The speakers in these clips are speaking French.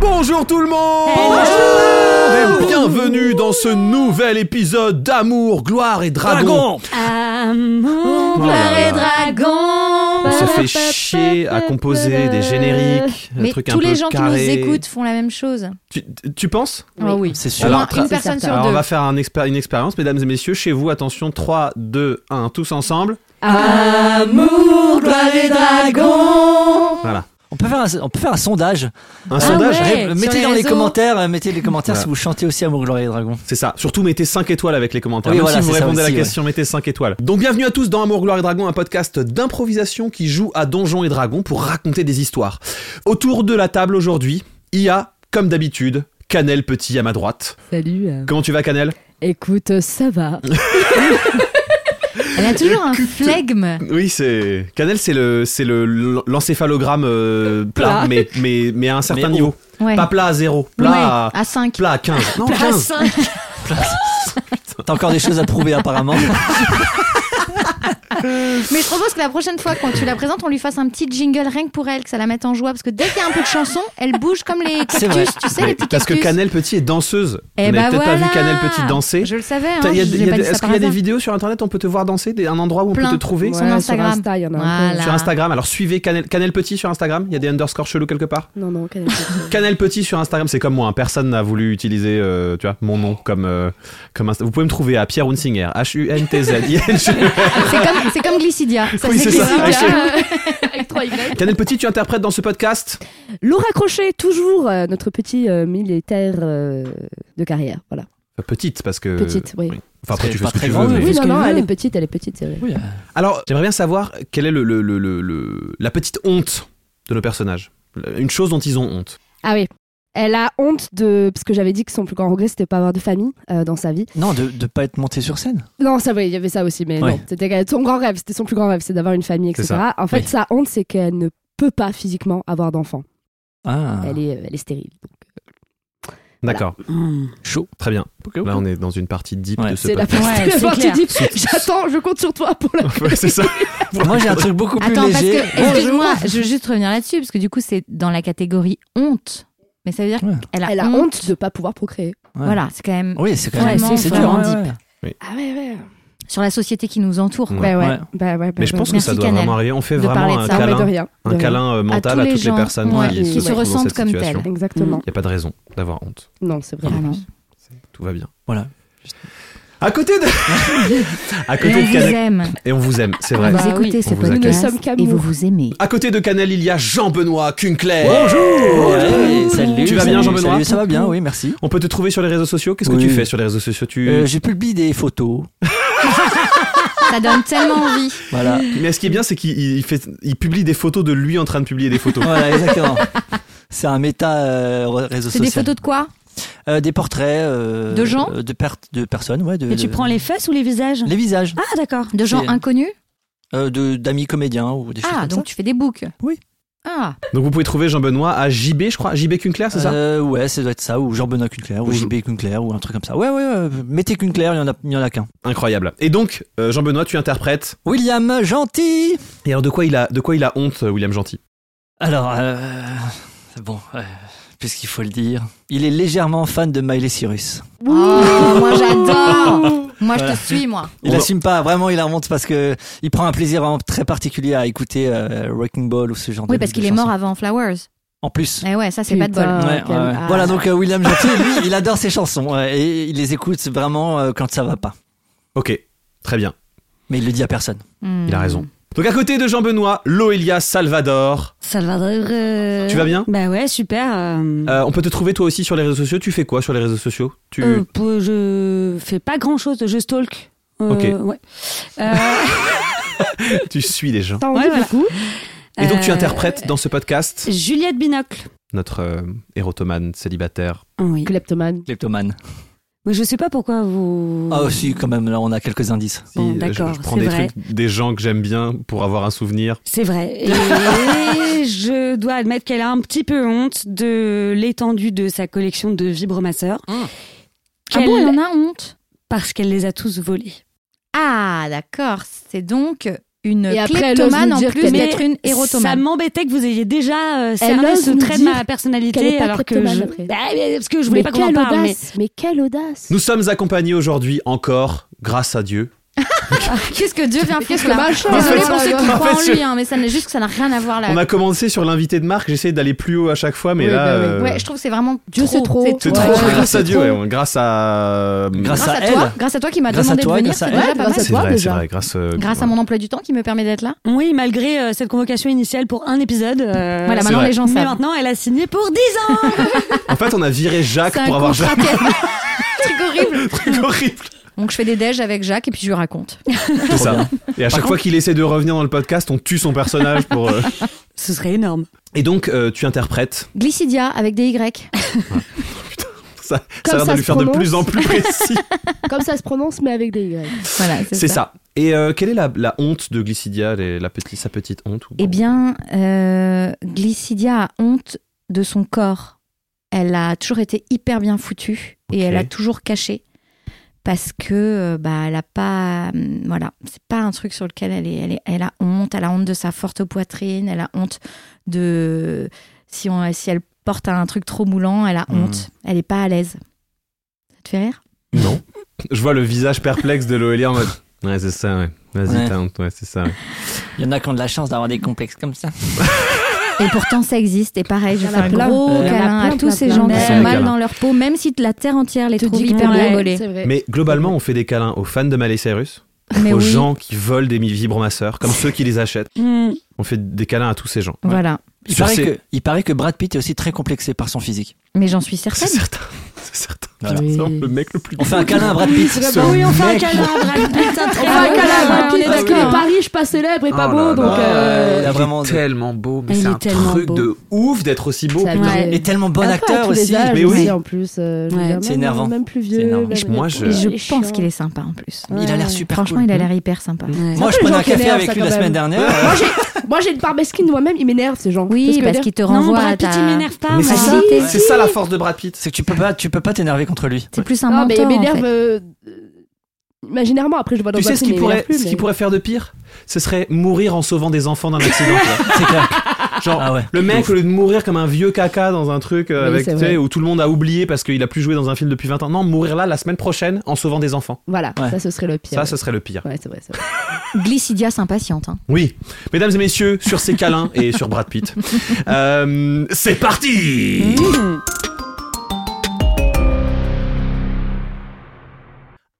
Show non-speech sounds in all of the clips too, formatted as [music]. Bonjour tout le monde Et bienvenue dans ce nouvel épisode d'Amour, Gloire et Ah Dragon. Amour, Oh là gloire et là. dragon. On se fait chier à composer des génériques, un Mais truc tous un peu les gens carré. qui nous écoutent font la même chose. Tu, tu penses Ah oui. C'est Au sûr. moins Alors, une tra- personne sur alors, on deux. va faire un expér- une expérience, mesdames et messieurs, chez vous, attention, 3, 2, 1, tous ensemble. Ah. Amour, gloire et dragon. Voilà. On peut faire un, on peut faire un sondage. Un sondage, Oh. Ah ouais. Euh, sur mettez les dans les réseaux. commentaires, euh, mettez les commentaires Voilà. si vous chantez aussi Amour, Gloire et Dragon. C'est ça. Surtout mettez 5 étoiles avec les commentaires. Oui, Même voilà, si vous c'est ça répondez à la aussi, question, mettez 5 étoiles. Donc bienvenue à tous dans Amour, Gloire et Dragon, un podcast d'improvisation qui joue à Donjons et Dragons pour raconter des histoires. Autour de la table aujourd'hui, il y a, comme d'habitude, Canel Petit à ma droite. Salut. euh, Comment tu vas Canel Écoute, euh, ça va. Elle a toujours un flegme. Oui, c'est... Canel, c'est le, c'est le, l'encéphalogramme euh, plat, Plat. mais, mais, mais à un certain Mais haut. niveau. Ouais. Pas plat à 0, plat, à, Ouais, à 5. plat à 15. Non, 15. T'as encore des choses à [laughs] prouver apparemment. Mais je propose que la prochaine fois, quand tu la présentes, on lui fasse un petit jingle rien que pour elle, que ça la mette en joie. Parce que dès qu'il y a un peu de chanson, elle bouge comme les C'est vrai. cactus. Tu sais, les Mais petits parce que cactus. Canel Petit est danseuse. Eh On n'a bah peut-être pas voilà. vu Canel Petit danser. Je le savais. Hein, T'as- y a- j'ai y a pas des- dit ça Est-ce par qu'il y a des hasard. vidéos sur internet on peut te voir danser des- Un endroit où on Plein. peut te trouver Ouais, Son Instagram. Instagram. Insta, il y en a un peu. Voilà. Sur Instagram, alors suivez Canel, Canel Petit sur Instagram, il y a des underscores chelous quelque part. Non, non, Canal Plus. Canel Petit sur Instagram, c'est comme moi, hein, personne n'a voulu utiliser euh, tu vois, mon nom comme, euh, comme Insta- Vous pouvez me trouver à Pierre Hunsinger, H-U-N-T-Z. C'est comme, c'est comme Glycidia. [laughs] [laughs] Ça, E Oui, c'est ça. Glycidia. Canel Petit, tu interprètes dans ce podcast [laughs] Laura Crochet, toujours euh, notre petit euh, militaire euh, de carrière. Voilà. Enfin, Petite, parce que. Petite, oui. Oh, Enfin, après, tu Parce fais qu'elle ce que est tu pas veux. très mais- grande, Oui, ce non, qu'elle non, veut. elle est petite, elle est petite, c'est vrai. Oui, euh, Alors, j'aimerais bien savoir quelle est le, le- le- le- le- la petite honte de nos personnages. Une chose dont ils ont honte. Ah oui. Elle a honte de. Parce que j'avais dit que son plus grand regret, c'était de pas avoir de famille euh, dans sa vie. non, de ne pas être monté sur scène. Non, ça, oui, il y avait ça aussi, mais Ouais. non. C'était quand même son grand rêve, c'était son plus grand rêve, c'est d'avoir une famille, C'est etc. En fait, Oui. sa honte, c'est qu'elle ne peut pas physiquement avoir d'enfant. Ah, Elle, est, euh, elle est stérile. D'accord, chaud. très bien. Ok, ok. Là, on est dans une partie deep Ouais. de ce C'est la podcast. partie Ouais, c'est où tu clair. dis J'attends, je compte sur toi pour la. [laughs] Ouais, c'est [laughs] ça. Bah, Moi, j'ai un truc beaucoup plus Attends, parce léger. que, excuse-moi, je veux juste revenir là-dessus, parce que du coup, c'est dans la catégorie honte. Mais ça veut dire Ouais. qu'elle a, Elle a honte. honte de pas pouvoir procréer. Voilà, c'est quand même Oui, c'est quand Ouais, même c'est- c'est c'est dur. vraiment hein, ouais. Ah ouais, ouais. sur la société qui nous entoure. Ouais. quoi. Bah ouais. Ouais. Bah ouais, bah Mais je ouais. pense que Merci, ça doit Canel, vraiment arriver. On fait de vraiment parler de un ça. Ah, mais de câlin, rien. un de rien. câlin euh, tous mental à, les toutes gens, les personnes ouais, qui, qui se trouvent dans ressentent cette comme situation. tels. Exactement. Il n'y a pas de raison d'avoir honte. Mm. Non, c'est vrai. Ah non. Tout va bien. Voilà. À côté de. à Et on côté de vous Canel. aime. Et on vous aime, c'est vrai. Vous Bah oui. écoutez ces On vous accueille. podcasts Nous ne sommes et vous qu'amour. vous aimez. À côté de Canel, il y a Jean-Benoît Cuncler. Bonjour. Eh, Ouais, salut. Tu vas bien, salut, Jean-Benoît salut, Ça va bien, oui, merci. On peut te trouver sur les réseaux sociaux. Qu'est-ce que Oui. tu fais sur les réseaux sociaux tu... Euh, J'ai publié des photos. Ça donne tellement envie. Voilà. [laughs] Mais ce qui est bien, c'est qu'il il fait, il publie des photos de lui en train de publier des photos. Voilà, exactement. C'est un méta euh, réseau C'est social. des photos de quoi Euh, des portraits euh, De gens euh, de, per- de personnes, ouais. De, Et tu de- prends les fesses ou les visages les visages Ah d'accord. De gens C'est- inconnus euh, de d'amis comédiens ou des choses Ah, comme donc tu fais des books Oui. Ah, Donc vous pouvez trouver Jean-Benoît à JB, je crois. JB Cuncler, c'est ça. ça Euh, ouais, ça doit être ça ou Jean-Benoît Kunkler ou Ou- JB Kunkler ou un truc comme ça. Ouais, ouais, ouais, mettez Kunkler, il y en a, il y en a qu'un. Incroyable. Et donc, euh, Jean-Benoît, tu interprètes. William Gentil. Et alors, de quoi il a, de quoi il a honte, euh, William Gentil Alors euh, bon, euh, puisqu'il faut le dire, il est légèrement fan de Miley Cyrus. Oh, [laughs] moi j'adore Oh Moi je Voilà. te suis, moi. Il On va- assume pas vraiment, il a honte parce que il prend un plaisir vraiment très particulier à écouter euh, Wrecking Ball ou ce genre de Oui, parce de qu'il est chansons. mort avant Flowers. En plus. Eh ouais, ça c'est pas de bol. Putain. Ah, Ouais, quel- ouais. ah. Voilà, donc euh, William Gentil, lui, il adore ses chansons ouais, et il les écoute vraiment euh, quand ça va pas. Ok, très bien. Mais il le dit à personne. Hmm. Il a raison. Donc à côté de Jean-Benoît, Loelia Salvador. Salvador. euh, Tu vas bien Bah ouais, super. euh, Euh, on peut te trouver toi aussi sur les réseaux sociaux. Tu fais quoi sur les réseaux sociaux Tu euh, pour- je fais pas grand chose, je stalk. Euh, Ok. ouais. Euh, [laughs] tu suis les gens. T'as envie Ouais, voilà. du coup Et donc tu euh, interprètes dans ce podcast Juliette Binocle. notre euh, érotomane célibataire. Ah Oui. Kleptomane. Kleptomane. Mais je sais pas pourquoi vous. Ah aussi, quand même, là on a quelques indices. Si, Bon, je- d'accord, je prends c'est des vrai. trucs des gens que j'aime bien pour avoir un souvenir. C'est vrai. Et, [laughs] je dois admettre qu'elle a un petit peu honte de l'étendue de sa collection de vibromasseurs. Ah. Ah Qu'elle- bon, il en a honte Parce qu'elle les a tous volés. Ah, d'accord. C'est donc une Et après, elle ose kleptomane nous en dire plus qu'elle est- d'être une Ça érotomane. m'embêtait que vous ayez déjà euh, Elle cerné ose ce nous trait de dire ma qu'elle personnalité est pas alors que kleptomane je... après. Ah, mais parce que je voulais mais pas qu'on en quelle parle. mais- audace Mais quelle audace Nous sommes accompagnés aujourd'hui encore, grâce à Dieu. Qu'est-ce que Ah, Dieu vient foutre que là machin, Désolée là, pour là, ceux qui là. croient En en fait, lui, hein, mais ça n'a juste que ça n'a rien à voir là. On a commencé sur l'invité de Marc, j'essaie d'aller plus haut à chaque fois, mais Oui, là. bah oui. euh, Ouais, je trouve que c'est vraiment Dieu, c'est trop. C'est Ouais, trop, ouais, [laughs] grâce à c'est Dieu, trop. ouais, on- grâce à. euh, Grâce Grâce à à toi, elle. grâce à toi qui m'a Grâce à demandé de toi, venir, grâce à c'est elle, déjà pas grâce mal. à C'est toi, vrai, c'est déjà. vrai, grâce. euh, Grâce à mon emploi du temps qui me permet d'être là. Oui, malgré euh, cette convocation initiale pour un épisode. euh, Voilà, c'est maintenant vrai. les gens Mais savent. maintenant, elle a signé pour 10 ans. En fait, on a viré Jacques C'est un pour avoir Jacques. contrat quel- [laughs] Truc horrible. C'est horrible. Donc je fais des déj avec Jacques et puis je lui raconte. C'est ça. [laughs] Et à chaque fois qu'il essaie de revenir dans le podcast, on tue son personnage pour. euh, Ce serait énorme. [laughs] Et donc, euh, tu interprètes. Glycidia avec des Y. Ça, ça a Comme l'air de ça lui se faire de prononce. plus en plus précis. Comme ça se prononce, mais avec des euh, Y. Voilà, [laughs] C'est ça. Et euh, quelle est la, la honte de Glycidia, les- la petite, sa petite honte ou- Eh bien, euh, Glycidia a honte de son corps. Elle a toujours été hyper bien foutue et Ok. elle a toujours caché parce que euh, bah elle a pas hum, voilà c'est pas un truc sur lequel elle est, elle est- elle a honte elle a honte de sa forte poitrine elle a honte de si on si elle porte un truc trop moulant elle a Hmm. Mhm. honte elle est pas à l'aise ça te fait rire Non. Je vois le visage perplexe de Loélia en mode. Ouais, c'est ça, ouais. Vas-y, Ouais. t'as honte, ouais, c'est ça. ouais. Il y en a qui ont de la chance d'avoir des complexes comme ça. Et pourtant, ça existe. Et pareil, je Il y en fais a un plein. gros Il y en a câlin plein, à tous plein, ces plein. gens qui Ouais. sont Ouais. mal dans leur peau, même si la terre entière les trouve hyper qu'on bien est- gaulés. C'est vrai. Mais globalement, on fait des câlins aux fans de Miley Cyrus, Mais aux oui, gens qui volent des vibromasseurs, comme ceux qui les achètent. Hmm. On fait des câlins à tous ces gens. voilà. Il Sur paraît, ces- que, il paraît que Brad Pitt est aussi très complexé par son physique. Mais j'en suis C'est certaine. certain. [laughs] C'est certain. Voilà. C'est Ah Oui. vraiment le mec le plus. On fait un câlin à Brad Pitt. Ce Bah oui, on fait un mec- câlin, Brad Pitt, un On très va beau Ah un ouais, câlin à ouais, Brad on Pitt est parce qu'il est d'accord, pas riche, pas célèbre et pas Oh là beau. là. Donc, euh, Ah Il a vraiment Il est de- tellement beau, mais Il c'est est un tellement truc beau. de ouf d'être aussi beau. Ça putain. vient. Et tellement bon Après, à acteur tous les aussi. âges mais oui. en plus. euh, je veux Ouais, dire, c'est même- énervant. Même plus C'est vieux. énervant. même- Moi, je- Et Ouais, je il est pense chiant. qu'il est sympa en plus. Il a l'air super Franchement, cool. il a l'air hyper sympa. Moi, je Après, prenais un les gens qui café énervent, avec ça, lui la quand semaine même. dernière. Moi, j'ai- Moi, j'ai une barbe mesquine moi-même, il m'énerve ces gens. Tu vois ce Oui, que je veux parce dire qu'il te Non, renvoie à Brad Pitt, il ta... m'énerve pas. Mais moi. c'est Ah, ça, si, c'est si. ça la force de Brad Pitt. C'est que tu peux pas, tu peux pas t'énerver contre lui. C'est plus un Non, mais mentor, il m'énerve. en fait. euh, Imaginairement, après, je vois dans Tu un sais ce film, qu'il il m'énerve pourrait, plus, ce mais- qu'il pourrait faire de pire Ce serait mourir en sauvant des enfants d'un accident. tu vois. [laughs] C'est clair. Genre, Ah ouais. le mec, au lieu de mourir comme un vieux caca dans un truc euh, Oui, avec, c'est tu sais, vrai. où tout le monde a oublié parce qu'il a plus joué dans un film depuis 20 ans. Non, mourir là la semaine prochaine en sauvant des enfants. Voilà, Ouais. ça, ce serait le pire. Ça, ce serait le pire. Ouais, c'est vrai, c'est vrai. Glycidia s'impatiente. hein. Oui. Mesdames et messieurs, sur ces câlins et sur Brad [laughs] Pitt. Euh, c'est parti Mmh. Hmm.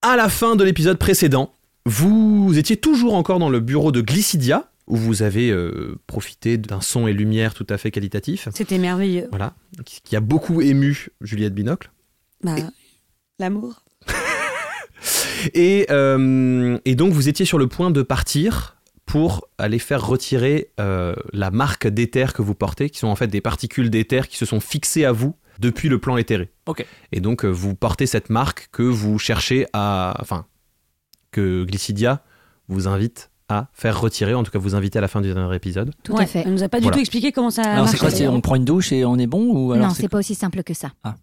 À la fin de l'épisode précédent, vous étiez toujours encore dans le bureau de Glycidia, où vous avez euh, profité d'un son et lumière tout à fait qualitatif, C'était merveilleux. voilà, qui qui a beaucoup ému Juliette Binocle. Bah, l'amour. Et, euh, et donc vous étiez sur le point de partir pour aller faire retirer euh, la marque d'éther que vous portez, qui sont en fait des particules d'éther qui se sont fixées à vous depuis le plan éthéré. Ok. Et donc euh, vous portez cette marque que vous cherchez à... Enfin, que Glycidia vous invite à faire retirer, en tout cas vous invitez à la fin du dernier épisode. Tout Ouais, à fait. Elle nous a pas du Voilà. tout expliqué comment ça Alors c'est marchait. quoi c'est- On prend une douche et on est bon ou alors non, c'est pas aussi simple que ça. Ah.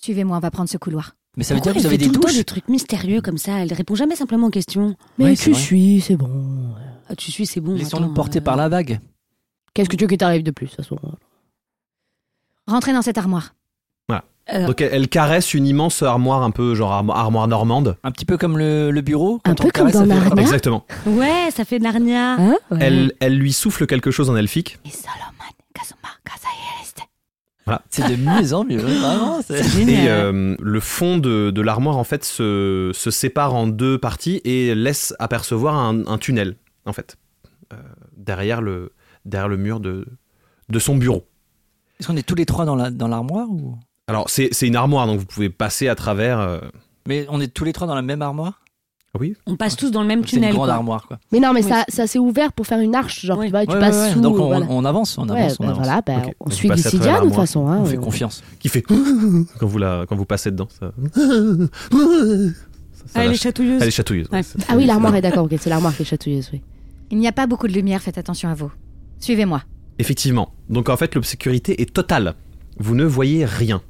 Suivez-moi, on va prendre ce couloir. Mais ça veut dire Pourquoi que vous elle avez des fait tout le temps douches des trucs mystérieux comme ça Elle répond jamais simplement aux questions. Mais Ouais, c'est tu vrai. suis, c'est bon. Ah, tu suis, c'est bon. Laissons-nous attends, porter euh, par la vague. Qu'est-ce que tu veux qu'il t'arrive de plus, de toute façon Rentrez dans cette armoire. euh, Donc elle, elle caresse une immense armoire un peu genre armo- armoire normande. Un petit peu comme le, le bureau. Un quand on peu comme caresse, dans ça fait- Narnia. Exactement. Mhm. Ouais, ça fait Ah, Narnia. Hein Elle, elle lui souffle quelque chose en elfique. Et Solomon, Kazuma, Kazaïest. C'est de mieux en mieux. Vraiment, [laughs] c'est- Et Génial. euh, le fond de, de l'armoire, en fait, se, se sépare en deux parties et laisse apercevoir un, un tunnel, en fait, euh, derrière, le, derrière le mur de, de son bureau. Est-ce qu'on est tous les trois dans la- dans l'armoire ou Alors, c'est c'est une armoire, donc vous pouvez passer à travers. euh, Mais on est tous les trois dans la même armoire On passe tous dans le même C'est une tunnel. grande quoi. armoire quoi. Mais non, mais Oui. ça, ça s'est ouvert pour faire une arche. Genre, Oui. tu vois, Ah, tu Ouais, passes ouais, ouais. sous. Donc on, voilà. on avance, on Ouais, avance, on bah avance. voilà, bah, Ok. on Donc, suit vous passez à Glycidia, travers de toute l'armoire. façon. hein, On fait euh, confiance. qui fait. [laughs] Quand vous, la, quand vous passez dedans. Ça, Ça- ça Ah, elle est lâche. chatouilleuse. Elle est chatouilleuse. Ouais. C'est- Ah oui, l'armoire est d'accord, ok, c'est l'armoire qui est chatouilleuse, oui. Il n'y a pas beaucoup de lumière, faites attention à vous. Suivez-moi. Effectivement. Donc, en fait, l'obscurité est totale. Vous ne voyez rien.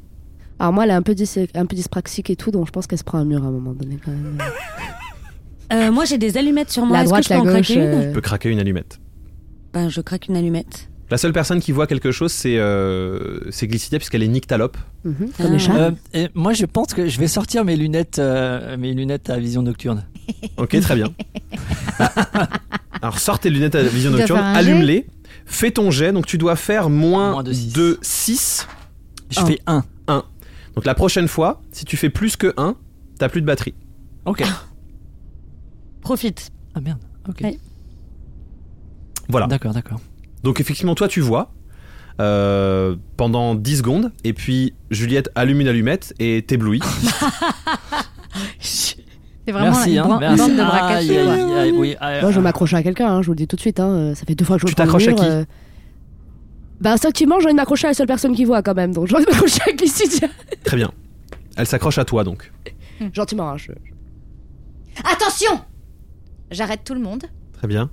Alors moi, elle est un peu, dys- un peu dyspraxique et tout, donc je pense qu'elle se prend un mur à un moment donné quand même. Euh, moi, j'ai des allumettes sur moi. La Est-ce droite, que je la peux en gauche. craquer une euh, Tu peux craquer une allumette. Ben, je craque une allumette. La seule personne qui voit quelque chose, c'est euh, c'est Glycidia, puisqu'elle est nyctalope. mhm, Comme Ah. les chats. Euh, et moi, je pense que je vais sortir mes lunettes, euh, mes lunettes à vision nocturne. Ok, très [laughs] bien. Alors, sors tes lunettes à vision Tu dois nocturne, faire un jet allume-les, fais ton jet, donc tu dois faire moins, Moins de six. de 6. Je Un. fais un. Donc la prochaine fois, si tu fais plus que 1, t'as plus de batterie. Ok. Profite. [gasps] Ah merde. Ok. Ouais. Voilà. D'accord, d'accord. Donc effectivement, toi tu vois euh, pendant 10 secondes, et puis Juliette allume une allumette et t'éblouit. [laughs] C'est vraiment merci. une hein, bran- merci. bande de bras Aïe, cachés, aïe, quoi. aïe, aïe, oui, aïe, Moi, je aïe. m'accroche à quelqu'un, hein, je vous le dis tout de suite. hein, euh, Ça fait deux fois que je Euh, Tu prends le t'accroches à mur, qui euh, Bah, instinctivement, j'ai envie de m'accrocher à la seule personne qui voit quand même. Donc, j'ai envie de m'accrocher à Glycidia. très bien. Elle s'accroche à toi donc. Gentiment, hein, je- Attention J'arrête tout le monde. Très bien.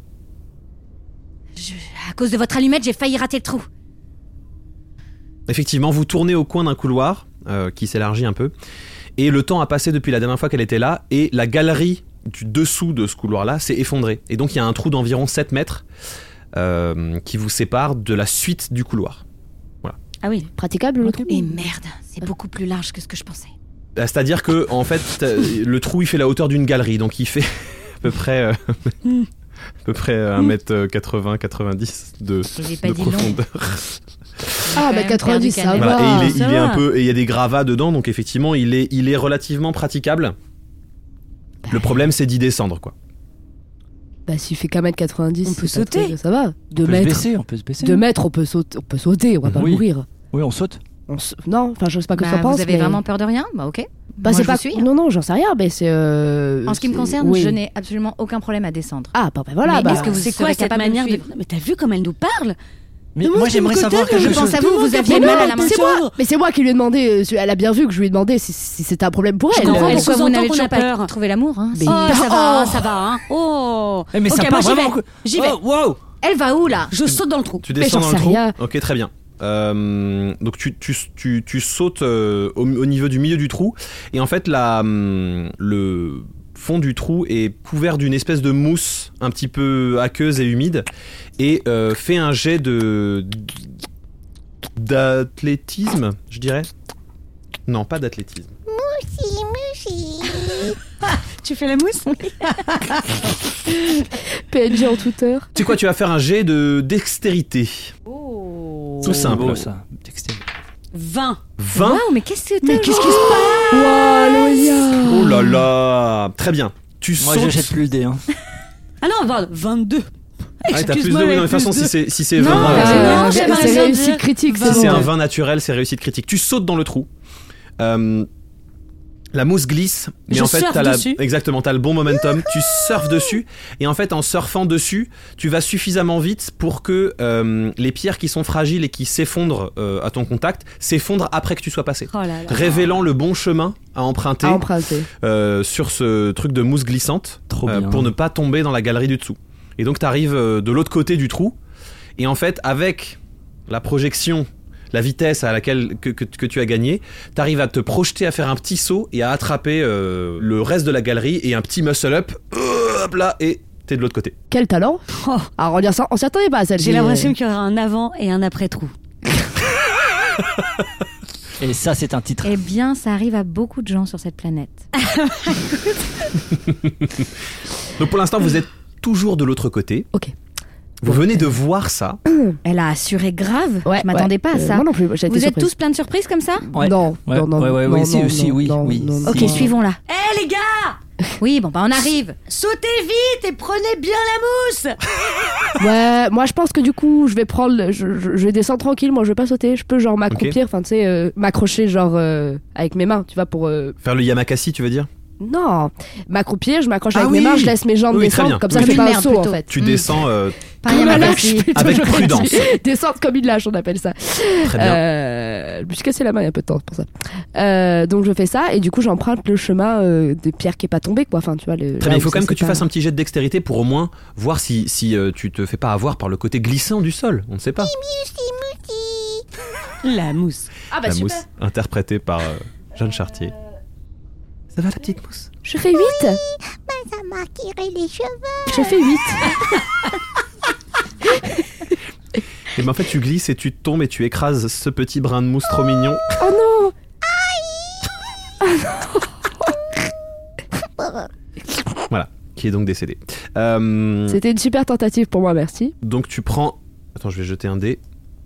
Je- À cause de votre allumette, j'ai failli rater le trou. Effectivement, vous tournez au coin d'un couloir euh, qui s'élargit un peu, et le temps a passé depuis la dernière fois qu'elle était là, et la galerie du dessous de ce couloir-là s'est effondrée. Et donc il y a un trou d'environ 7 mètres euh, qui vous sépare de la suite du couloir. Ah oui. Praticable, le trou Et merde, c'est beaucoup plus large que ce que je pensais. Bah, C'est-à-dire que en fait, euh, le trou il fait la hauteur d'une galerie, donc il fait [laughs] à peu près euh, [laughs] à peu près 1m80-90 de, Et j'ai pas de dit long. profondeur. Ah, Quand bah, même 90, perdu bah, ça Canel. va. Voilà, Bah, et il est, ça il est un va. peu et il y a des gravats dedans, donc effectivement il est il est relativement praticable. Le problème c'est d'y descendre quoi. Bah, s'il fait qu'un mètre 90, On c'est peut pas sauter. très- Ça va. On Deux peut se mètres. baisser, on peut se baisser. Deux mètres, on peut sauter. On peut sauter, on va pas Oui. mourir. Oui, on saute. On s- Non, enfin, je sais pas que Bah, ça pense. vous avez mais- vraiment peur de rien Bah ok. Bah, Moi, c'est je pas... vous suis. hein. Non, non, j'en sais rien, mais c'est. euh, En ce qui me c'est- concerne, oui. je n'ai absolument aucun problème à descendre. Ah, bah, bah, voilà. Mais bah, est-ce que vous C'est serez quoi cette capable de me manière de. suivre Mais t'as vu comme elle nous parle Mais Demande moi, si j'aimerais mon savoir cocktail, quelque je chose. pense à vous, vous aviez Mais le mal non, à la main. c'est moi. Mais c'est moi qui lui ai demandé. euh, Elle a bien vu que je lui ai demandé si, si c'était un problème pour Je elle. comprends Elle- pourquoi Pourquoi vous vous n'avez entend qu'on a toujours peur. pas trouvé l'amour hein Mais- Oh, ça va, Oh. ça va, hein. Oh Eh, mais Ok, ça moi, part j'y vraiment. vais. que- J'y vais. Oh, wow. Elle va où là Je saute dans le trou. Tu Mais descends j'en dans sais le trou. rien. Ok, très bien. Euh, donc tu, tu, tu, tu sautes euh, au, au niveau du milieu du trou et en fait la, hum, le fond du trou est couvert d'une espèce de mousse un petit peu aqueuse et humide et euh, fait un jet de d'athlétisme, je dirais. Non, pas d'athlétisme. Tu fais la mousse PNG en Twitter. Tu sais quoi, tu vas faire un jet de dextérité. Oh. Oh, Tout simple. Beau, ça. Textile. 20. 20 Waouh, mais qu'est-ce que Mais t'as qu'est-ce qui se passe Wow, Lolia Oh là là Très bien. Tu Moi, sautes. je jette plus le dé. Hein. Ah non, pardon, 22. Ah, t'as plus de Excuse-moi, oui, mais non, mais de toute plus façon, de- si c'est si c'est Non, 20, Ah, ouais, mais c'est- non, Euh, j'aimerais C'est bien réussi dire- critique, Si ça. c'est un Ouais. vin naturel, c'est réussite critique. Tu sautes dans le trou. Euh, la mousse glisse, mais Je en fait, surfe t'as la... dessus. exactement, t'as le bon momentum. tu surfes dessus, et en fait, en surfant dessus, tu vas suffisamment vite pour que euh, les pierres qui sont fragiles et qui s'effondrent euh, à ton contact s'effondrent après que tu sois passé, Oh là là. révélant le bon chemin à emprunter À emprunter. euh, sur ce truc de mousse glissante. Trop euh, bien. pour ne pas tomber dans la galerie du dessous. Et donc tu arrives de l'autre côté du trou, et en fait avec la projection, la vitesse à laquelle que, que- que tu as gagné, tu arrives à te projeter à faire un petit saut et à attraper euh, le reste de la galerie et un petit muscle up, euh, hop là, et t'es de l'autre côté. Quel talent Oh, Alors, on, on s'y attendait pas à celle euh, J'ai l'impression qu'il y aura un avant et un après trou. Et ça, c'est un titre. Eh bien, ça arrive à beaucoup de gens sur cette planète. Donc pour l'instant vous êtes toujours de l'autre côté. Ok. Vous venez de voir ça. Elle a assuré grave. je m'attendais pas à ça. Euh, Moi non plus, j'ai été Vous êtes surprise. tous plein de surprises comme ça Ouais. Non, Ouais, non, non. ouais, ouais, non, oui, si, non, si, non, oui, non, oui, non, si. non. Ok, Non. suivons là. Eh les gars Oui, bon, bah on arrive. Sautez vite et prenez bien la mousse [laughs] Ouais, moi je pense que du coup, je vais prendre. le- Je, je- je vais descendre tranquille, moi je vais pas sauter. Je peux genre m'accroupir, enfin tu sais, euh, m'accrocher genre euh, avec mes mains, tu vois, pour. euh, Faire le Yamakasi tu veux dire Non M'accroupir, je m'accroche Ah avec oui mes mains, je laisse mes jambes Oui, très bien. descendre, comme ça Oui. je fais Comme une pas un merde, saut en plutôt. fait. Tu Mm. descends [laughs] euh, Pas Comme rien un à lâche, faire. plutôt, Avec j'aurais prudence. dit. [laughs] Descendre comme une lâche, on appelle ça. très bien. Euh, je me suis cassé la main il y a peu de temps pour ça. Euh, donc je fais ça et du coup j'emprunte le chemin euh, des pierres qui est pas tombée quoi. Enfin tu vois le. Très bien, il faut quand même que tu fasses un petit jet de dextérité pour au moins voir si, si euh, tu te fais pas avoir par le côté glissant du sol. On ne sait pas. La mousse. Ah bah la super. mousse interprétée par euh, Jeanne Chartier. Ça va la petite mousse Je fais 8 m'attirer les cheveux. Je fais 8. Et ben en fait, tu glisses et tu tombes et tu écrases ce petit brin de mousse trop mignon. Oh non Voilà, qui est donc décédé. Euh, C'était une super tentative pour moi, merci. donc tu prends. Attends, je vais jeter un dé.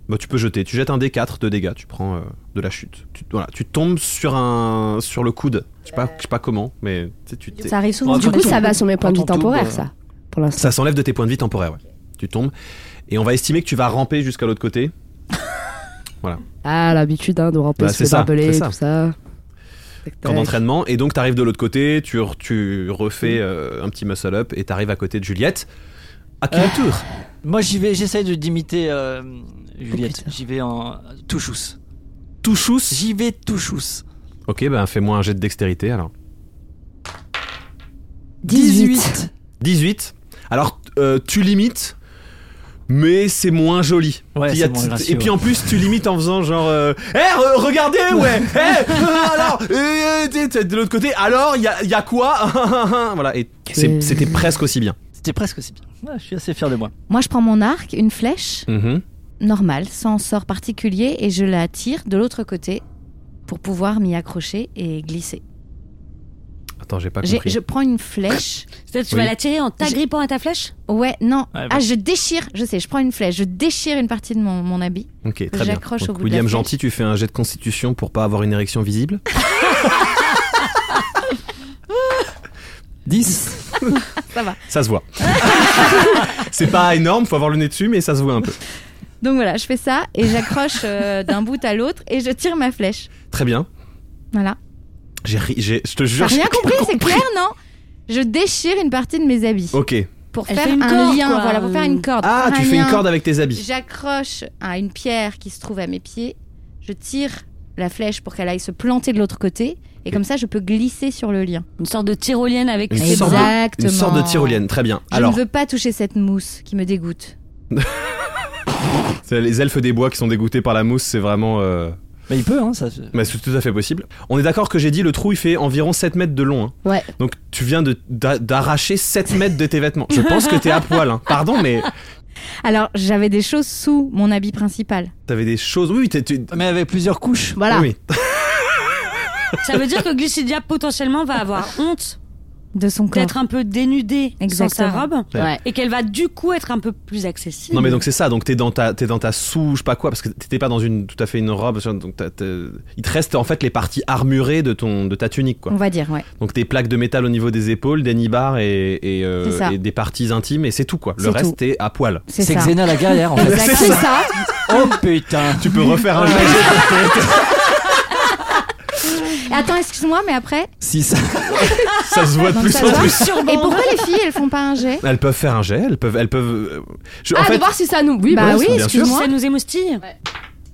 Bah, tu peux jeter. Tu jettes un dé 4 de dégâts. Tu prends euh, de la chute. Tu, voilà, tu tombes sur un sur le coude. Je sais pas, je sais pas comment, mais tu sais, tu t'es- Ça arrive souvent. Bon, Du coup, ça va sur mes points Quand de vie on tombe, temporaires, euh, ça. Pour l'instant. Ça s'enlève de tes points de vie temporaires. ouais. Tu tombes et on va estimer que tu vas ramper jusqu'à l'autre côté. Ah, l'habitude hein, de ramper Bah, sur c'est les ça, barbelés, c'est tout ça. ça. en entraînement et donc t'arrives de l'autre côté, tu, re- tu refais euh, un petit muscle up et t'arrives à côté de Juliette. À ton tour Moi, j'y vais, j'essaye de- d'imiter euh, Oh, Juliette. putain. J'y vais en touchous. Touchous J'y vais touchous. Ok, ben fais-moi un jet de dextérité alors. 18. 18. Alors euh, tu limites, mais c'est moins joli. Ouais, Il y c'est a bon, t- le ratio. et puis en plus tu limites en faisant genre euh, Eh, re- [laughs] regardez ouais Eh, [laughs] euh, alors euh, t'es- t'es de l'autre côté alors il y a, il y a quoi [laughs] Voilà et Tu c'est- es- c'était presque aussi bien. C'était presque aussi bien. Ouais, je suis assez fier de moi. Moi, je prends mon arc, une flèche Mhm. normale, sans sort particulier, et je la tire de l'autre côté pour pouvoir m'y accrocher et glisser. Attends j'ai pas J'ai- compris. Je prends une flèche. Peut-être tu Oui. vas la tirer en t'agrippant à ta flèche Ouais, non. Ouais, bah. Ah, je déchire. Je sais, je prends une flèche. Je déchire une partie de mon, mon habit. Ok très bien. J'accroche Donc, au bout de la William flèche. Gentil tu fais un jet de constitution pour pas avoir une érection [laughs] visible. [laughs] 10. Ça se voit. c'est pas énorme faut avoir le nez dessus mais ça se voit un peu. Donc voilà, je fais ça et [laughs] j'accroche euh, d'un bout à l'autre et je tire ma flèche. Très bien. Voilà. J'ai ri- j'ai- je te T'as jure. rien j'ai- compris, c'est clair, non Je déchire une partie de mes habits Ok. pour Elle faire fait une un corde, lien. quoi. Voilà, pour faire une corde. Ah Faire tu un fais une lien. corde avec tes habits. J'accroche à une pierre qui se trouve à mes pieds. Je tire la flèche pour qu'elle aille se planter de l'autre côté et comme ça je peux glisser sur le lien. Une sorte de tyrolienne avec Une ses sorte de- bras. Exactement. Une sorte de tyrolienne très bien. Je alors ne veux pas toucher cette mousse qui me dégoûte. C'est les elfes des bois qui sont dégoûtés par la mousse, c'est vraiment. euh, Mais il peut, hein, ça. se- Mais Bah, c'est tout à fait possible. On est d'accord que j'ai dit le trou il fait environ 7 mètres de long. hein. Ouais. Donc tu viens de- d'a- d'arracher 7 mètres de tes vêtements. Je pense que t'es à poil. hein. Pardon, mais Alors j'avais des choses sous mon habit principal. t'avais des choses. Oui, oui, t'es- tu- Mais avec plusieurs couches. Voilà. Ah oui, oui. Ça veut dire que Glycidia potentiellement va avoir honte De son corps. d'être un peu dénudée Exactement. sans sa robe Ouais. et qu'elle va du coup être un peu plus accessible. Non, mais donc c'est ça. Donc t'es dans ta t'es dans ta sous, je sais pas quoi, parce que t'étais pas dans une tout à fait une robe. Donc t'as- t'as- il te reste en fait les parties armurées de ton de ta tunique quoi. On va dire, ouais. Donc tes plaques de métal au niveau des épaules, des nibards et, et, euh, C'est ça. et des parties intimes et c'est tout quoi. Le C'est reste tout. t'es à poil. C'est C'est ça. Xena la galère, en [laughs] fait. C'est Bah, C'est ça. oh putain. [laughs] Tu peux refaire un jeu. Attends, excuse-moi, mais après. Si ça. Ça se voit de Donc, plus ça en va. plus. Et pourquoi les filles, elles font pas [laughs] un jet Elles peuvent faire un jet, elles peuvent. Elles peuvent euh, je- en Ah, fait, de voir si ça nous. Oui, Bah bien oui, sûr. Si excuse-moi. ça nous émoustille.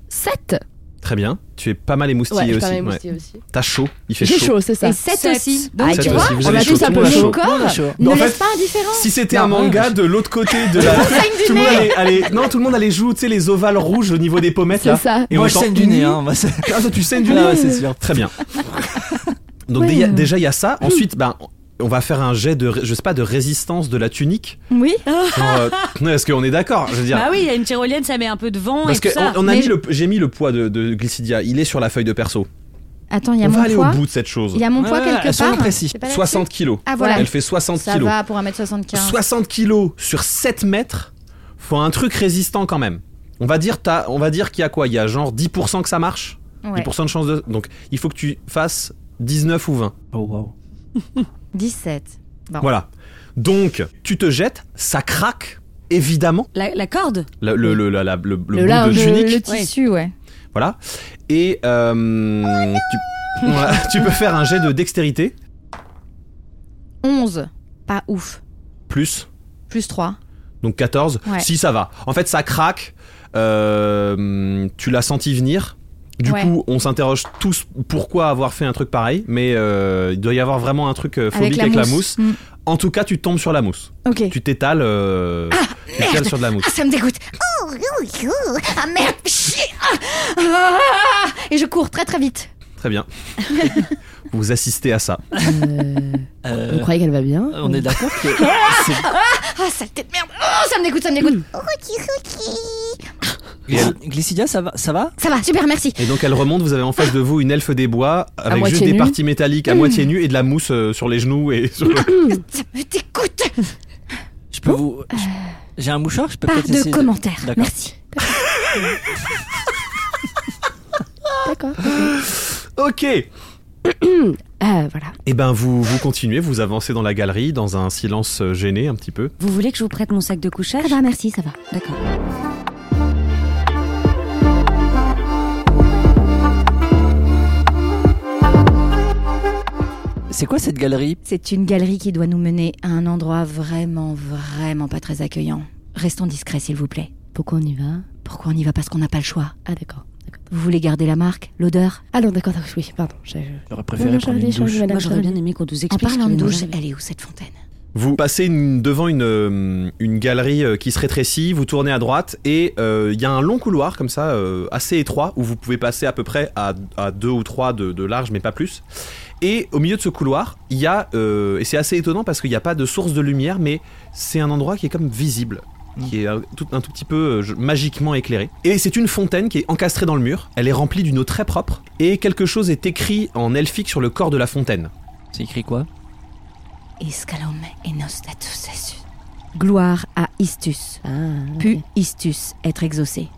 7. très bien. Tu es pas mal émoustillé aussi. ouais. aussi. T'as chaud, il fait J'ai chaud. chaud, c'est ça. Et 7 Sept. aussi. Ah, Donc Sept tu vois, aussi, vous on avez a chaud, tous tout un le peu monde a mon chaud. corps. Mais en Ne laisse fait, pas indifférent. Si c'était Non, un ouais, manga je- de l'autre côté de la. Saigne [laughs] tout du le monde nez. allait, Non, tout le monde allait jouer, tu sais, les ovales rouges au niveau des pommettes C'est là. ça. Et moi, on je entend- saigne du nez, hein. moi, c'est- Ah, toi, tu saignes du Ah nez ouais, c'est sûr. Très bien. Donc Ouais. déjà- déjà, il y a ça. Ensuite, ben. On va faire un jet de, ré- je sais pas, de résistance de la tunique. Oui. Genre, euh, non, Est-ce qu'on est d'accord Je veux dire, Bah oui, il y a une tyrolienne, ça met un peu de vent parce et tout que ça. on, on a Mais mis je- le, j'ai mis le poids de, de Glycidia. Il est sur la feuille de perso. Attends, il y a on va mon aller poids. au bout Ah, de cette chose. Il y a mon poids Ouais, quelque soyons part. précis. C'est pas là-dessus 60 kilos. Ah voilà. Elle fait 60 Ça kilos. va pour 1m75. 60 kilos sur 7 mètres, faut un truc résistant quand même. On va dire, t'as- on va dire qu'il y a quoi Il y a genre 10% que ça marche Ouais. 10% de chance de. Donc il faut que tu fasses 19 ou 20. Oh wow. 17. Bon. Voilà. Donc tu te jettes, ça craque, évidemment, La, la corde le, le, le- la- la- le- le bout de linge, tunique. Le Ouais. tissu, ouais. Voilà. Et euh, tu, [laughs] Voilà, tu peux faire un jet de dextérité, 11. Pas ouf. plus. Plus 3. Donc 14, Ouais. si ça va. En fait, ça craque. euh, tu l'as senti venir. Du Ouais. coup, on s'interroge tous pourquoi avoir fait un truc pareil, mais euh, il doit y avoir vraiment un truc euh, phobique avec la mousse. Mm. En tout cas, tu tombes sur la mousse. Ok. Tu t'étales, euh, tu t'étales merde. sur de la mousse. Ah, ça me dégoûte. Oh, oh, oh. Ah merde. Chier. Ah. Ah. Et je cours très très vite. Très bien. Vous assistez à ça. Euh, Euh, Vous croyez qu'elle va bien on est d'accord que [laughs] c'est- Ah, saleté de merde Oh, ça me dégoûte, ça me Mm. dégoûte Glissi- Glycidia, ça va, ça va Ça va, super, merci Et donc elle remonte, vous avez en face de vous une elfe des bois avec moitié juste des nue. parties métalliques à moitié nues et de la mousse euh, sur les genoux et sur le- Ça me dégoûte Je peux vous. je- J'ai un mouchoir, je peux Pas peut-être de essayer commentaires, D'accord. merci D'accord. Ok Ah, voilà. Et ben vous, vous continuez, vous avancez dans la galerie dans un silence euh, gêné un petit peu. Vous voulez que je vous prête mon sac de couchage Ça va, merci, ça va. D'accord. C'est quoi cette galerie C'est une galerie qui doit nous mener à un endroit vraiment, vraiment pas très accueillant. Restons discrets, s'il vous plaît. Pourquoi on y va Pourquoi on y va Parce qu'on n'a pas le choix. Ah, d'accord. d'accord. Vous voulez garder la marque, l'odeur Ah non, d'accord, d'accord, oui, pardon. j'ai- J'aurais Non, préféré non, prendre Charlie, une Charlie, douche. madame Moi, j'aurais Charlie. bah, bien aimé qu'on nous En explique. parlant ce de que douche, nous avons. elle est où cette fontaine Vous passez une- devant une, euh, une galerie euh, qui se rétrécit, vous tournez à droite et euh, il y a un long couloir comme ça, euh, assez étroit, où vous pouvez passer à peu près à, à deux ou trois de, de large, mais pas plus. Et au milieu de ce couloir, il y a, euh, et c'est assez étonnant parce qu'il n'y a pas de source de lumière, mais c'est un endroit qui est comme visible, qui est un tout, un tout petit peu euh, je- magiquement éclairé. Et c'est une fontaine qui est encastrée dans le mur, elle est remplie d'une eau très propre, et quelque chose est écrit en elfique sur le corps de la fontaine. C'est écrit quoi Iscalom et Gloire à Istus. Ah, ok. Pu Istus, être exaucé.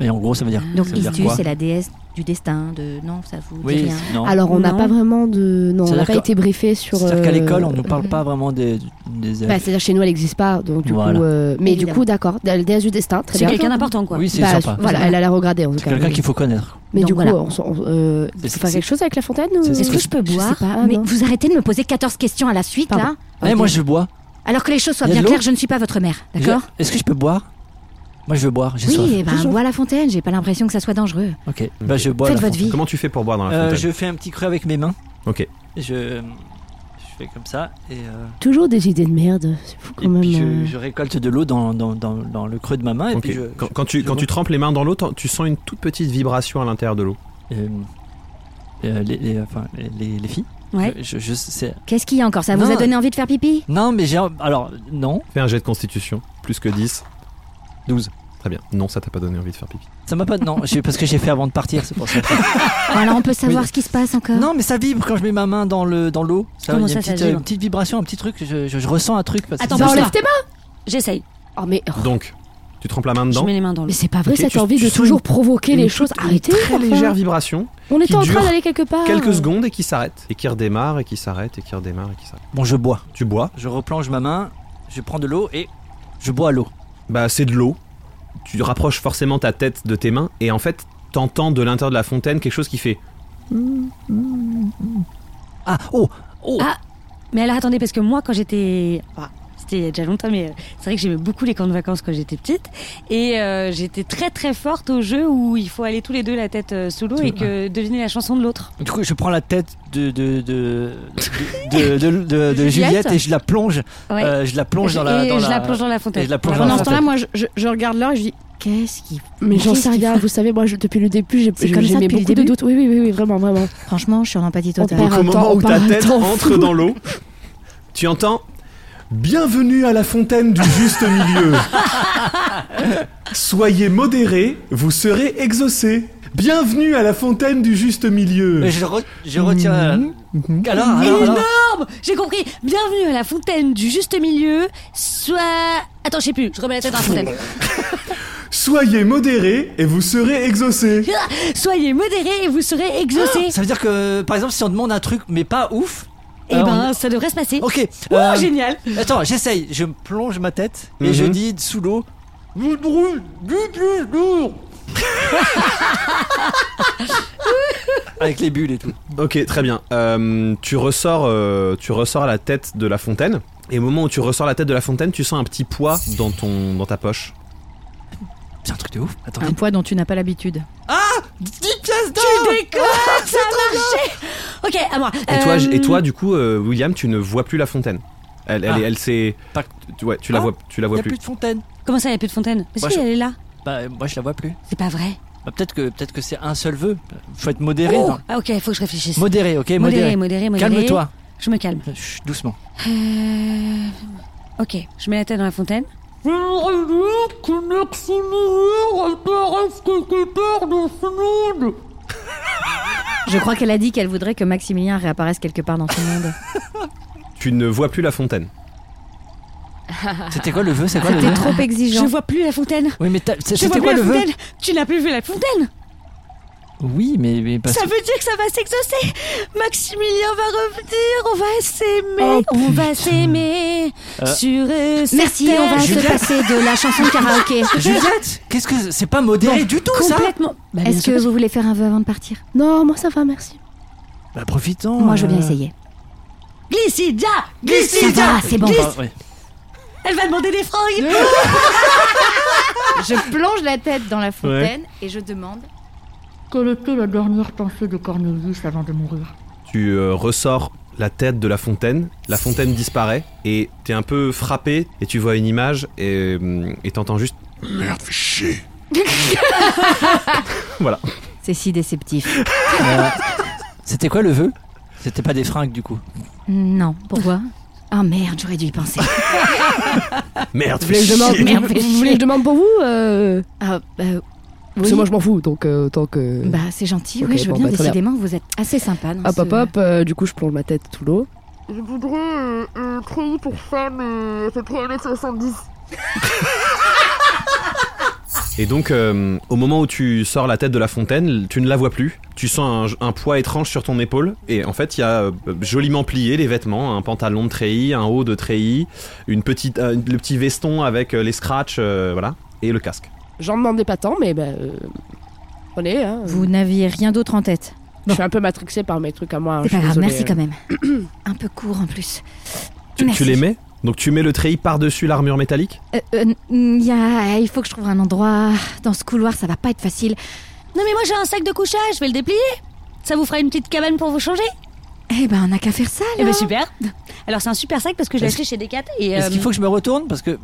Et en gros, ça veut dire. Donc ça veut dire Istus, quoi c'est la déesse du destin, de... Non, ça vous dit Oui, rien. non. Alors, on n'a Non. pas vraiment de. Non, on n'a C'est-à-dire pas que- été briefé sur. C'est-à-dire qu'à euh, l'école, on ne parle mhm. pas vraiment des, des elfes. Bah, c'est-à-dire chez nous, elle n'existe pas. Donc, du Voilà. coup. euh, Mais Évidemment. du coup, d'accord. La déesse du destin, très C'est bien. quelqu'un d'important, quoi. oui, c'est Bah, sympa. Voilà, elle a l'air regardée en tout C'est cas. quelqu'un oui. qu'il faut connaître. Mais Donc, du coup, voilà. on, s'en- on- euh, C'est- faut faire c'est- quelque chose avec la fontaine ou- c'est- Est-ce que je peux sais boire pas, Mais non. vous arrêtez de me poser 14 questions à la suite, Pardon. là Eh, moi, je bois. Alors que les choses soient Il y a bien de l'eau claires, je ne suis pas votre mère, d'accord Je- Est-ce que je peux boire Moi, je veux boire. J'ai Oui, soif. et ben, bois à la fontaine, j'ai pas l'impression que ça soit dangereux. Ok. Bah, je bois. Faites la votre fontaine. vie. Comment tu fais pour boire dans la Euh, fontaine je fais un petit creux avec mes mains. Ok. Et Je, je fais comme ça et, euh, Toujours des idées de merde. C'est fou et quand même. puis je, euh. je récolte de l'eau dans, dans, dans, dans le creux de ma main. Et Ok. puis je, quand, quand tu, je quand vois. tu trempes les mains dans l'eau, t'en- tu sens une toute petite vibration à l'intérieur de l'eau. euh, euh, les, les- enfin, les- les- les filles. Ouais. Je, je- je- c'est- Qu'est-ce qu'il y a encore Ça vous Non. a donné envie de faire pipi Non, mais j'ai. Alors, non. Fais un jet de constitution, plus que 10. 12. Très bien. Non, ça t'a pas donné envie de faire pipi. Ça m'a pas. Non, j'ai- parce que j'ai fait avant de partir, c'est pour ça. Bon, Alors on peut savoir ce qui se passe encore non, mais ça vibre quand je mets ma main dans le dans l'eau. Ça, Ah. Comment il y a ça, ça une petite, vibre euh, une petite vibration, un petit truc. Je, je- je ressens un truc. Parce que- Attends, Ça bouge enlève pas. tes mains J'essaye. Oh, mais. oh, Donc, tu trempes la main Je dedans. mets les mains dans l'eau. Mais c'est pas Après, Ok, vrai. cette tu- envie tu de sens toujours une- provoquer une les toute- choses. une Arrêtez. Très enfin. légère vibration, On qui était en dure train d'aller quelque part. quelques secondes et qui s'arrête. Et qui redémarre et qui s'arrête et qui redémarre et qui s'arrête. Bon, je bois. Tu bois. Je replonge ma main. Je prends de l'eau et je bois à l'eau. Bah, c'est de l'eau. Tu rapproches forcément ta tête de tes mains et en fait, t'entends de l'intérieur de la fontaine quelque chose qui fait. Ah oh oh. Ah, Mais alors attendez, parce que moi quand j'étais... enfin, C'était il y a déjà longtemps, mais euh, c'est vrai que j'aimais beaucoup les camps de vacances quand j'étais petite. Et euh, j'étais très très forte au jeu où il faut aller tous les deux la tête euh, sous l'eau et que deviner la chanson de l'autre. Du coup, je prends la tête de de de de, de, de- de- de Juliette Juliette et je la plonge. Ouais. euh, je la plonge dans la et dans je la. la plonge dans la et fontaine. je la plonge dans Pendant la ce fontaine. temps-là, moi, je, je- je regarde l'heure et je dis Qu'est-ce qui. Mais j'en qu'est-ce sais qu'il rien, vous savez, moi je- depuis le début, j'ai C'est j'ai- comme ça j'ai mis depuis le beaucoup de début doutes. Oui, oui, oui, oui, vraiment, vraiment. fait Franchement, je suis en empathie On totale. perd. Donc un au moment temps- où on ta part un tête temps entre dans l'eau, tu entends Bienvenue à la fontaine du juste milieu. Soyez modérés, vous serez exaucés. Bienvenue à la fontaine du juste milieu. Mais je, re- je retire. la- Alors, alors, alors. Énorme J'ai compris. Bienvenue à la fontaine du juste milieu. Soit... Attends, je sais plus. Je remets la tête dans la fontaine. Soyez modérés et vous serez exaucés. Soyez modérés et vous serez exaucés. Ah, Ça veut dire que, par exemple, si on demande un truc mais pas ouf. et euh, ben, ça devrait se passer. on- Ok. Oh, euh, génial attends, j'essaye. Je me plonge ma tête et je Mhm. dis sous l'eau. Vous brûlez du plus lourd. Avec les bulles et tout. Ok, très bien. Euh, tu ressors, euh, tu ressors à la tête de la fontaine. Et au moment où tu ressors la tête de la fontaine, tu sens un petit poids dans ton, dans ta poche. C'est un truc de ouf. Attends. Un poids dont tu n'as pas l'habitude. 10 pièces d'or Tu déconnes, ah, ça a marché Ok, à moi. Et toi, Euh, j- et toi, du coup, euh, William, tu ne vois plus la fontaine. Elle, elle, Ah. est- elle s'est. Pas- tu- Ouais, tu la Ah. vois, tu la Il vois a plus plus. de fontaine. Comment ça, il n'y a plus de fontaine Mais Moi, si, je- elle est là. Bah, moi je la vois plus. C'est pas vrai. Bah, peut-être que, peut-être que c'est un seul vœu. Faut être modéré. Oh dans- ah ok, il faut que je réfléchisse. Modéré, ok, modéré, modéré. modéré, modéré. Calme-toi. Je me calme. Chut, Doucement. Euh, Ok, je mets la tête dans la fontaine. Je crois qu'elle a dit qu'elle voudrait que Maximilien réapparaisse quelque part dans [laughs] ce monde. Tu ne vois plus la fontaine. C'était quoi le vœu C'est quoi le C'était vœu trop Je exigeant. vois plus la fontaine. Oui, mais t'as- Je vois c'était plus quoi la le vœu fontaine. Tu n'as plus vu la fontaine. Oui, mais, mais parce Ça que. veut dire que ça va s'exaucer. Maximilien va revenir. On va s'aimer. on va s'aimer. Euh. Sur Oh, euh, cette Merci, on va terre. se passer de la chanson [laughs] de karaoké. Bah, Juliette Qu'est-ce que. C'est pas modéré du tout, ça Complètement. Bah, bien Est-ce sûr que vous voulez faire un vœu avant de partir Non, moi ça va, merci. Bah, profitons. Moi, je veux bien euh. essayer. Glycidia Ça Glycidia va, c'est bon. Glisse- Ah, ouais. Elle va demander des francs Je plonge la tête dans la fontaine et je demande. Quelle était la dernière pensée de Cornelius avant de mourir Tu euh, ressors la tête de la fontaine, la fontaine disparaît et t'es un peu frappé et tu vois une image et hum, et t'entends [laughs] juste. Merde, fais chier. C'est si déceptif. Euh, C'était quoi le vœu C'était pas des fringues, du coup. Non, pourquoi Oh, Ah merde, j'aurais dû y penser. Merde, fais Vous voulez que je demande, chier. Merde, vous- fais vous voulez que je chier. demande pour vous euh, Ah, bah, Parce oui. que moi je m'en fous, donc euh, autant que. Bah, c'est gentil, Ok, oui, je veux bon, bien. bah, très bien. Décidément, vous êtes assez sympa. dans hop ce- hop hop, euh, du coup je plonge ma tête sous l'eau. Je voudrais euh, euh, créer pour euh, ça, mais c'est créé les 70. Et donc, euh, au moment où tu sors la tête de la fontaine, tu ne la vois plus. Tu sens un, un poids étrange sur ton épaule. Et en fait, il y a euh, joliment plié les vêtements un pantalon de treillis, un haut de treillis, une petite, euh, le petit veston avec euh, les scratchs, euh, voilà, et le casque. J'en demandais pas tant, mais ben. euh, prenez, hein. Vous n'aviez rien d'autre en tête. Je suis un peu matrixée par mes trucs à moi. hein, C'est je pas suis grave, Eh désolée, bah, merci euh. quand même. [clears throat] Un peu court en plus. Tu, tu Merci. les mets Donc, tu mets le treillis par-dessus l'armure métallique Euh, euh, n- y a- il faut que je trouve un endroit dans ce couloir, ça va pas être facile. Non mais moi j'ai un sac de couchage, je vais le déplier. Ça vous fera une petite cabane pour vous changer Eh ben, on n'a qu'à faire ça Eh là. ben super. Alors c'est un super sac parce que je l'ai Est-ce- acheté chez Decat et Est-ce euh, qu'il faut que je me retourne Parce que.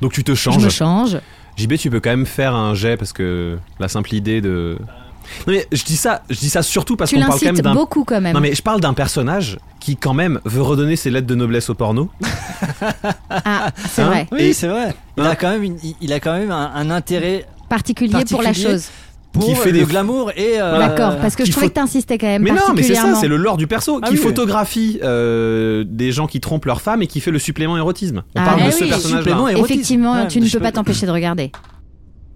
Donc, tu te je me changes. change. JB, tu peux quand même faire un jet parce que la simple idée de. Non, mais je dis ça, je dis ça surtout parce Tu qu'on parle quand même l'incites d'un beaucoup quand même. Non mais je parle d'un personnage qui quand même veut redonner ses lettres de noblesse au porno. Ah, c'est Hein vrai. Et- c'est vrai. Il Hein a quand même, une- il- il a quand même un, un intérêt Particulier, pour la Particulier. chose. pour Qui fait euh, des- le glamour et. euh, D'accord, parce que je qu'il trouvais faut- que t'insistais quand même Mais non, mais c'est particulièrement. ça, c'est le lore du perso Ah qui oui. photographie euh, des gens qui trompent leur femme et qui fait le supplément érotisme. On Ah, parle eh de ce oui, personnage-là. supplément érotisme. Effectivement, Ouais, tu ne je peux peux- pas t'empêcher de regarder.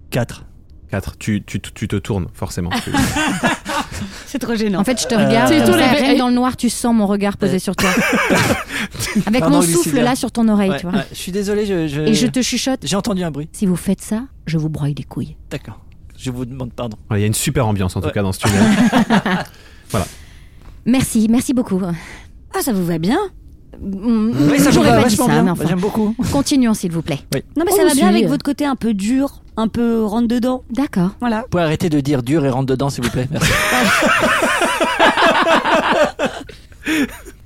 4. 4. Tu, tu, tu te tournes [laughs] forcément. [laughs] c'est trop gênant. En fait, je Euh, te regarde. C'est comme toi, ça, les mecs- rien que dans le noir, tu sens mon regard posé Ouais. [laughs] sur toi. Avec Pardon, mon Lucie, souffle là. là sur ton oreille, tu vois. je suis désolé, je. je- Et je te chuchote. J'ai entendu un bruit. Si vous faites ça, je vous broye les couilles. D'accord. Je vous demande pardon. Ouais, Il y a une super ambiance en tout Ouais. cas dans ce tunnel. Merci, merci beaucoup. ah ça vous va bien Mm, Oui, ça me va J'aurais pas dit vachement ça, bien. Bah, mais enfin. J'aime beaucoup. Continuons, s'il vous plaît. Non mais On ça vous va bien suit, avec euh. votre côté un peu dur, un peu rentre dedans. D'accord. Voilà. Vous pouvez arrêter de dire dur et rentre dedans, s'il vous plaît. Merci.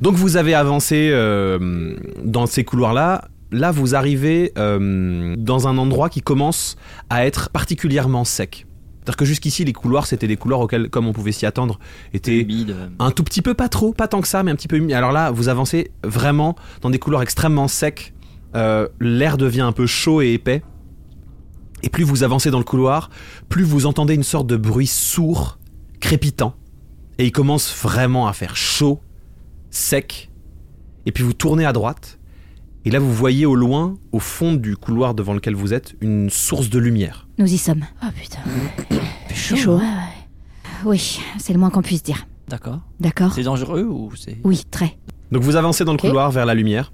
Donc vous avez avancé euh, dans ces couloirs-là. Là, vous arrivez euh, dans un endroit qui commence à être particulièrement sec. C'est-à-dire que jusqu'ici, les couloirs, c'était des couloirs auxquels, comme on pouvait s'y attendre, étaient un tout petit peu, pas trop, pas tant que ça, mais un petit peu humide. Alors là, vous avancez vraiment dans des couloirs extrêmement secs. Euh, L'air devient un peu chaud et épais. Et plus vous avancez dans le couloir, plus vous entendez une sorte de bruit sourd, crépitant. Et il commence vraiment à faire chaud, sec. Et puis vous tournez à droite. Et là, vous voyez au loin, au fond du couloir devant lequel vous êtes, une source de lumière. Nous y sommes. Oh putain. Oh, C'est chaud. hein. Oui, c'est le moins qu'on puisse dire. D'accord. D'accord C'est dangereux ou c'est. Oui, très. Donc vous avancez dans le Ok. couloir vers la lumière.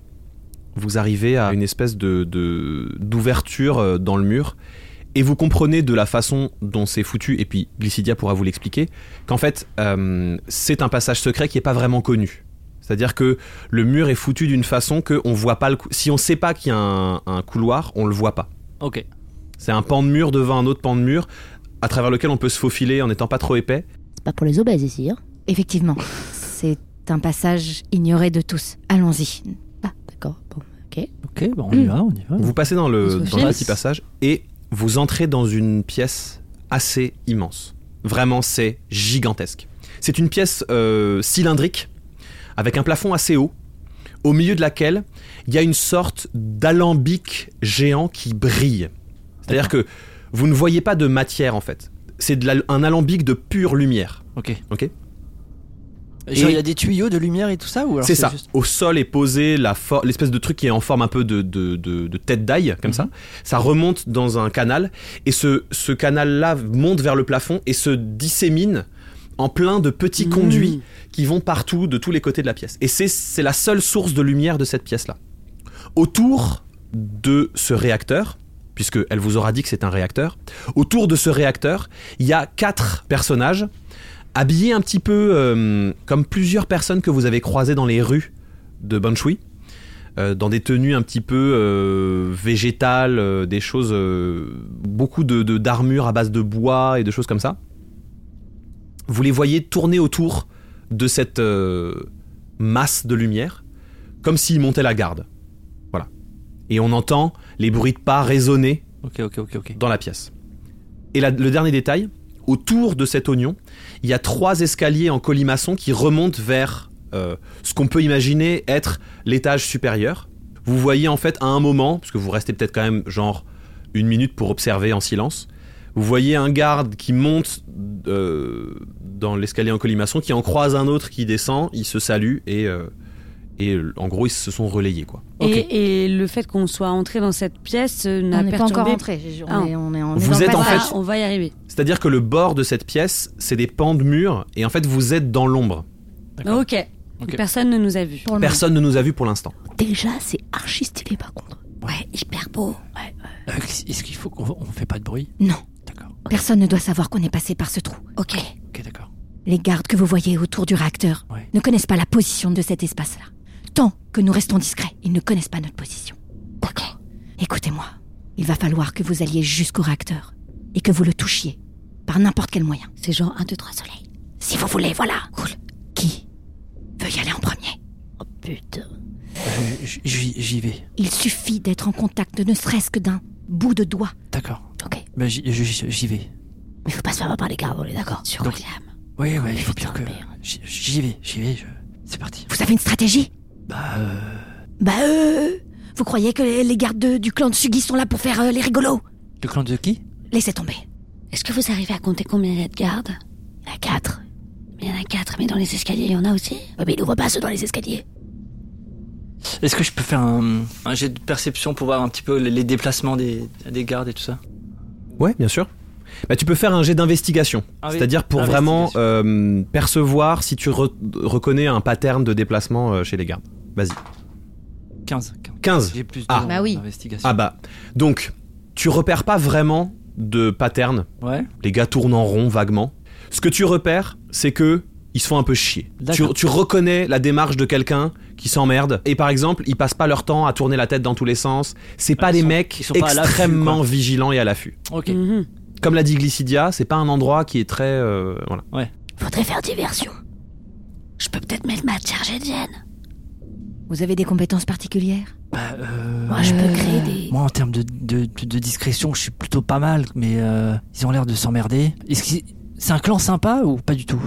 Vous arrivez à une espèce de de- d'ouverture euh, dans le mur. Et vous comprenez de la façon dont c'est foutu, et puis Glycidia pourra vous l'expliquer, qu'en fait, euh, c'est un passage secret qui n'est pas vraiment connu. C'est-à-dire que le mur est foutu d'une façon que on voit pas le cou- Si on sait pas qu'il y a un, un couloir, on le voit pas. Ok. C'est un pan de mur devant un autre pan de mur, à travers lequel on peut se faufiler en n'étant pas trop épais. C'est pas pour les obèses ici, hein. Effectivement, c'est un passage ignoré de tous. Allons-y. Ah, d'accord. Bon. Ok, bon, on y va, on y va. Vous passez dans le On se dans le file. petit passage et vous entrez dans une pièce assez immense. Vraiment, c'est gigantesque. C'est une pièce euh, cylindrique, avec un plafond assez haut, au milieu de laquelle il y a une sorte d'alambic géant qui brille. C'est-à-dire que vous ne voyez pas de matière en fait. C'est de la- un alambic de pure lumière. Ok. Ok. Genre, Et- il y a des tuyaux de lumière et tout ça ou alors C'est ça. juste- Au sol est posé la for- l'espèce de truc qui est en forme un peu de, de- de- de tête d'ail, comme ça. Ça remonte dans un canal, et ce, ce canal-là monte vers le plafond et se dissémine en plein de petits Mhm. conduits qui vont partout, de tous les côtés de la pièce. Et c'est- c'est la seule source de lumière de cette pièce-là. Autour de ce réacteur, puisqu'elle vous aura dit que c'est un réacteur, autour de ce réacteur, il y a quatre personnages habillés un petit peu euh, comme plusieurs personnes que vous avez croisées dans les rues de Banshui, euh, dans des tenues un petit peu euh, végétales, euh, des choses, euh, beaucoup de de- d'armures à base de bois et de choses comme ça. Vous les voyez tourner autour de cette euh, masse de lumière, comme s'ils montaient la garde. Voilà. Et on entend les bruits de pas résonner Ok, ok, ok, ok. dans la pièce. Et la- le dernier détail, autour de cet oignon, il y a trois escaliers en colimaçon qui remontent vers euh, ce qu'on peut imaginer être l'étage supérieur. Vous voyez en fait à un moment, parce que vous restez peut-être quand même genre une minute pour observer en silence, vous voyez un garde qui monte euh, dans l'escalier en colimaçon, qui en croise un autre qui descend, ils se saluent et, euh, et euh, en gros ils se sont relayés quoi. Ok. Et, et le fait qu'on soit entré dans cette pièce euh, n'a On n'est pas perturbé encore rentré. je jure, Ah. On est, on est, on est Vous dans le êtes en passage. Ah, on va y arriver. C'est-à-dire que le bord de cette pièce, c'est des pans de mur et en fait vous êtes dans l'ombre. D'accord. Ok. Ok. Personne ne nous a vus. Pour Mmh. le Personne ne nous a vus pour l'instant. Déjà, c'est archi stylé par contre. Ouais, hyper beau. Ouais. Euh, Est-ce qu'il faut qu'on on fait pas de bruit Non, D'accord. personne ne doit savoir qu'on est passé par ce trou. Ok. Ok, d'accord. Les gardes que vous voyez autour du réacteur Ouais. ne connaissent pas la position de cet espace-là. Tant que nous restons discrets, ils ne connaissent pas notre position. D'accord. Écoutez-moi, il va falloir que vous alliez jusqu'au réacteur et que vous le touchiez par n'importe quel moyen. C'est genre 1, 2, 3 soleil. Si vous voulez, voilà. Cool. Qui veut y aller en premier Oh putain. Euh, j- J'y j'y vais. Il suffit d'être en contact ne serait-ce que d'un bout de doigt. D'accord. Ok. Bah, j'y- j'y j'y vais. Mais faut pas se faire par les gardes, on est d'accord Donc- Oui, oui, il faut bien que. J'y- J'y vais, j'y vais. je- C'est parti. Vous avez une stratégie Bah, euh, Bah euh... Vous croyez que les les gardes de- du clan de Sugi sont là pour faire euh, les rigolos le clan de qui Laissez tomber. Est-ce que vous arrivez à compter combien il y a de gardes La 4. Il y en a 4, mais dans les escaliers, il y en a aussi mais il ouvre pas ceux dans les escaliers. Est-ce que je peux faire un, un jet de perception pour voir un petit peu les, les déplacements des, des gardes et tout ça Ouais, bien sûr. Bah, tu peux faire un jet d'investigation, Ah oui, c'est-à-dire pour vraiment investigation. euh, percevoir si tu re- reconnais un pattern de déplacement euh, chez les gardes. Vas-y. 15. 15. J'ai plus de Ah. Bah oui. d'investigation. Ah bah. Donc, tu repères pas vraiment de pattern. Ouais. Les gars tournent en rond vaguement. Ce que tu repères, c'est que ils se font un peu chier. Tu, D'accord. tu reconnais la démarche de quelqu'un qui s'emmerde. Et par exemple, ils passent pas leur temps à tourner la tête dans tous les sens. C'est Ah, pas ils des sont- mecs ils sont pas à l'affût, extrêmement vigilants et à l'affût. Ok. Mm. Mhm. Comme l'a dit Glycidia, c'est pas un endroit qui est très euh, voilà. Faudrait faire diversion. Je peux peut-être mettre ma charge Diane. Vous avez des compétences particulières Bah, euh, Moi, Ah, je peux créer des... Moi, en termes de, de, de- de discrétion, je suis plutôt pas mal, mais euh, ils ont l'air de s'emmerder. Est-ce qu'ils- c'est un clan sympa ou pas du tout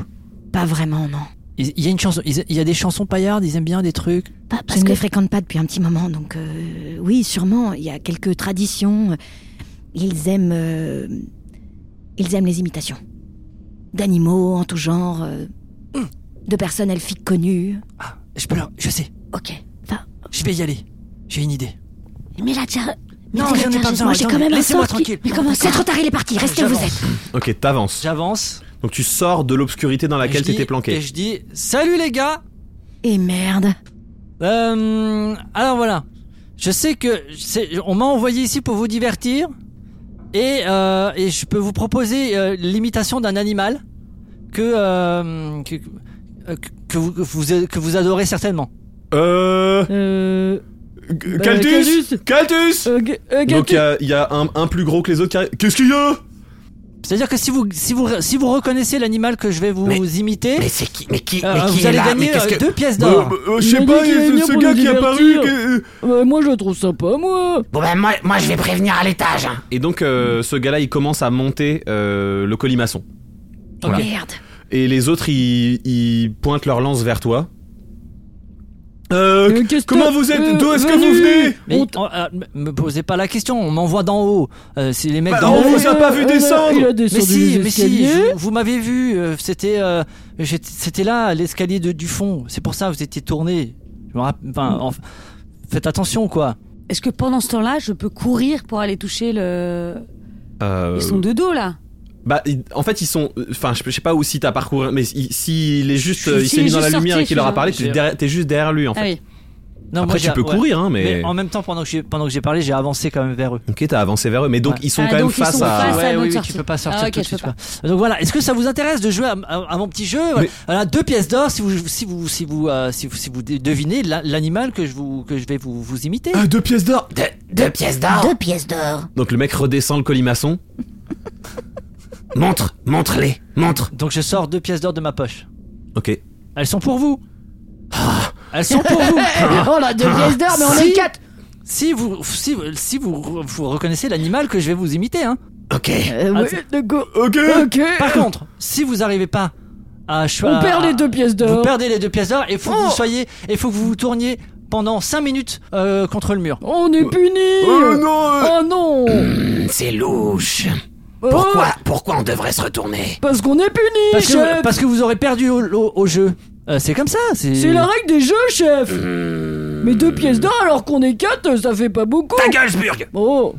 Pas vraiment, non. Il il y a une chanson, il il y a des chansons paillardes, ils aiment bien des trucs. Ah, Parce je ne les fréquente pas depuis un petit moment, donc euh, oui, sûrement, il y a quelques traditions. Ils aiment... euh, ils aiment les imitations. D'animaux en tout genre, euh, de personnes elfiques connues. Ah, je peux leur, je sais, Ok. Enfin, je vais y aller. J'ai une idée. Mais la charge. Non, mais j'en ai la pas charge- besoin. Moi, j'ai attendez, quand même un Laissez-moi sort qui- tranquille. Mais comment ça c'est trop tard, il est parti, restez où vous J'avance. êtes. Ok, t'avances. J'avance. Donc tu sors de l'obscurité dans Et laquelle je dis- t'étais Et planqué. je dis Salut les gars Et Eh, merde. Euh, Alors voilà, je sais que c'est- on m'a envoyé ici pour vous divertir et, euh, et je peux vous proposer euh, l'imitation d'un animal que, euh, que, euh, que- que vous, que, vous, que vous adorez certainement. Euh... Euh. G- bah, Caltus Caltus Caltus Euh, G- euh, Donc il Galtus- y a, il y a un, un plus gros que les autres qui arrive. Qu'est-ce qu'il y a C'est-à-dire que si vous, si vous, si vous reconnaissez l'animal que je vais vous Mais- imiter, Mais c'est qui Mais qui, Ah, euh, mais qui vous est allez là gagner Mais qu'est-ce euh, que- deux pièces d'or. Euh, euh, je sais Il pas, a dit qu'il ce, venait ce pour gars nous qui est apparu. divertir. que- euh, moi, je trouve ça pas, moi. Bon ben moi, moi je vais prévenir à l'étage. hein. Et donc, euh, ce gars-là, il commence à monter euh, le colimaçon. Ah bah. Voilà. Merde. Et les autres, ils, ils pointent leur lance vers toi. Euh, Euh, qu'est-ce comment que- vous euh, êtes D'où est-ce que vas-y. vous venez Mais on- euh, me posez pas la question, on m'envoie d'en haut. Euh, si les mecs Bah, d'en on haut. vous a pas vu Il a- descendre. Il a Mais descendu si, les mais si, escaliers. je- vous m'avez vu. euh, C'était, euh, j'étais- c'était là l'escalier de- du fond. C'est pour ça que vous étiez tourné. Je me rappelle. Enfin, Mm. en- faites attention quoi. Est-ce que pendant ce temps-là, je peux courir pour aller toucher le. Euh, Ils sont de dos là. Bah, ils- en fait, ils sont. Enfin, je je sais pas où si t'as parcouru, mais il- s'il est juste, euh, S'il il s'est est mis dans la juste lumière et sorti, qu'il leur a parlé, je- t'es derrière- t'es juste derrière lui en Ah fait. oui. Non, Après, moi, tu j'ai- peux ouais. courir, hein, Mais... mais. en même temps, pendant que j'ai pendant que j'ai parlé, j'ai avancé quand même vers eux. Ok, t'as avancé vers eux, mais donc Ouais. ils sont Ah, quand même donc ils face sont à. face. ouais, à oui, notre oui, sortie. tu peux pas sortir Ah, ok, tout de je suite. peux pas. quoi. Donc voilà, est-ce que ça vous intéresse de jouer à, à- à mon petit jeu voilà. Voilà, deux pièces d'or si vous si vous si vous euh, si vous, si vous dé- devinez la- l'animal que je vous que je vais vous vous imiter. Ah, deux pièces d'or Deux, deux pièces d'or. Deux pièces d'or. Donc le mec redescend le colimaçon. Montre, montre-les, montre. Donc je sors deux pièces d'or de ma poche. Ok. Elles sont pour vous. Ah, Elles sont pour vous. [laughs] Ah. Oh là, deux pièces d'or, mais on est Si. quatre. Si vous si, vous- si vous vous reconnaissez l'animal que je vais vous imiter hein. Ok. Euh, Ah, ouais, de go. Ok Ok. Par contre, si vous arrivez pas à choisir On perd les deux pièces Ah. Vous d'or. Oh. perdez les deux pièces d'or et faut que vous soyez et faut que vous vous tourniez pendant 5 minutes euh, contre le mur. On est puni. Oh euh. non Oh non. C'est louche. Oh, Pourquoi, pourquoi on devrait se retourner Parce qu'on est puni, Parce que, chef. parce que vous aurez perdu au, au- au jeu. Euh, c'est comme ça, c'est. C'est la règle des jeux, chef. Mais deux pièces d'or alors qu'on est quatre, ça fait pas beaucoup. Ta gueule, Spurg Oh.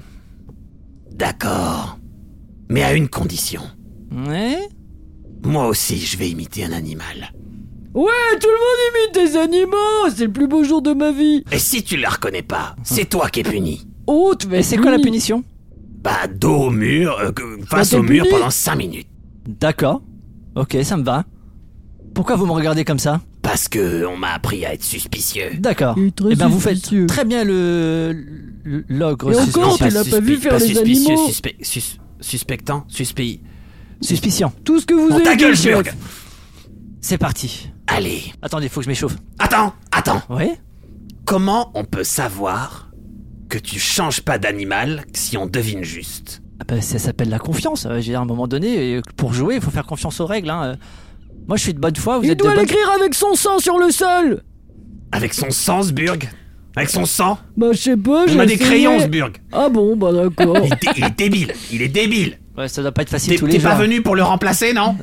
D'accord. Mais à une condition. Ouais. Moi aussi, je vais imiter un animal. Ouais, tout le monde imite des animaux. C'est le plus beau jour de ma vie. Et si tu la reconnais pas, c'est toi qui es puni. Oh, tu vas Et être c'est quoi la puni. punition Bah, dos au mur, euh, que- face Bah, t'es au mur puni. pendant 5 minutes. D'accord. Ok, ça me va. Pourquoi vous me regardez comme ça Parce que on m'a appris à être suspicieux. D'accord. Il est très Eh ben vous faites suspicieux. très bien le le- l'ogre Et sus- encore, Non, tu l'as pas vu suspi- faire les suspicieux, animaux. suspect- sus- suspectant, suspect. suspiciant. Tout ce que vous Bon, avez ta dit, gueule, chef. Spurg C'est parti. Allez, Attendez, faut que je m'échauffe. attends, attends. Ouais. Comment on peut savoir que tu changes pas d'animal si on devine juste Ah ben, ça s'appelle la confiance. Euh, J'ai à un moment donné, euh, pour jouer, il faut faire confiance aux règles. hein. Euh, Moi, je suis de bonne foi. Vous Il êtes de doit bonne l'écrire avec son sang sur le sol. Avec son sang, Sburg Avec son sang Bah, je sais pas, j'ai On a des essayé. crayons, Sburg Ah bon, [laughs] bah d'accord. il, est dé- il est débile Il est débile Ouais, ça doit pas être facile T'es tous les t'es jours. Euh, pas venu pour le remplacer, non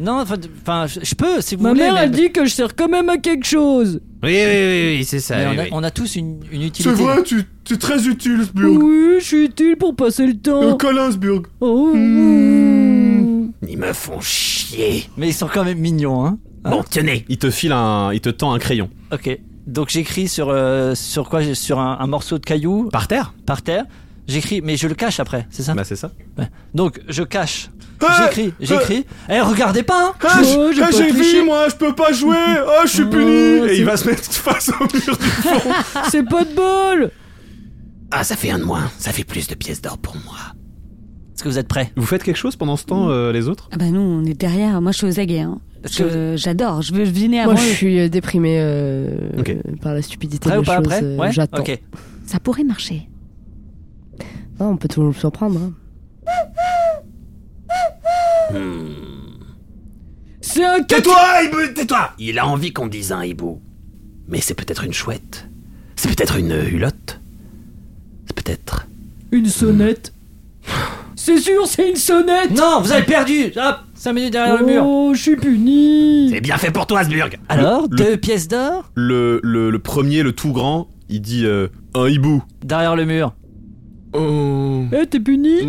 Non, enfin, d- enfin, je je peux si vous Ma voulez. mère, mais- elle dit que je sers quand même à quelque chose. Oui, oui, oui, oui c'est ça. mais Ah oui, on, a, oui. on a tous une, une utilité. tu es très utile, Oui, je suis utile pour passer le temps. Colinsburg. Hmm. Oh. hmm. Ils me font chier. Mais ils sont quand même mignons, hein. Bon, tenez. Il te file un, il te tend un crayon. Ok. Donc j'écris sur euh, sur quoi j'ai- Sur un, un morceau de caillou Par terre par terre. J'écris, mais je le cache après, c'est Ah. ça Bah c'est ça. Ouais. Donc je cache. Ah J'écris, j'éris. Eh, regardez pas. hein. Ah, j- Oh, j'ai ah, pas j'ai vu, triché. eh, moi, je peux pas jouer. Oh, je suis puni. Et c'est- il va se mettre [laughs] face au mur. C'est pas de bol. Ah, ça fait un de moins. Ça fait plus de pièces d'or pour moi. Est-ce que vous êtes prêts Vous faites quelque chose pendant ce temps, euh, les autres Ah bah nous, on est derrière. Moi, je suis aux aguets. Hein. Est-ce Je- que vous- J'adore. Je veux deviner avant. Ah, Moi, je eux. suis euh, déprimée euh, Ok. euh, par la stupidité Prêts des ou pas choses. après euh, Ouais. J'attends. Ok. Ça pourrait marcher. Ah, on peut toujours s'en prendre. hein. C'est un cat. Tais-toi, hibou, tais-toi Il a envie qu'on dise un hibou. Mais c'est peut-être une chouette. C'est peut-être une euh, hulotte. C'est peut-être... Une sonnette. C'est sûr, c'est une sonnette. Non, vous avez perdu. Hop, 5 minutes derrière le mur. Oh, je suis puni. C'est bien fait pour toi, Sburg Alors, Le- deux pièces d'or le, le, le premier, le tout grand, il dit euh, un hibou. derrière le mur. Oh. Eh, t'es puni.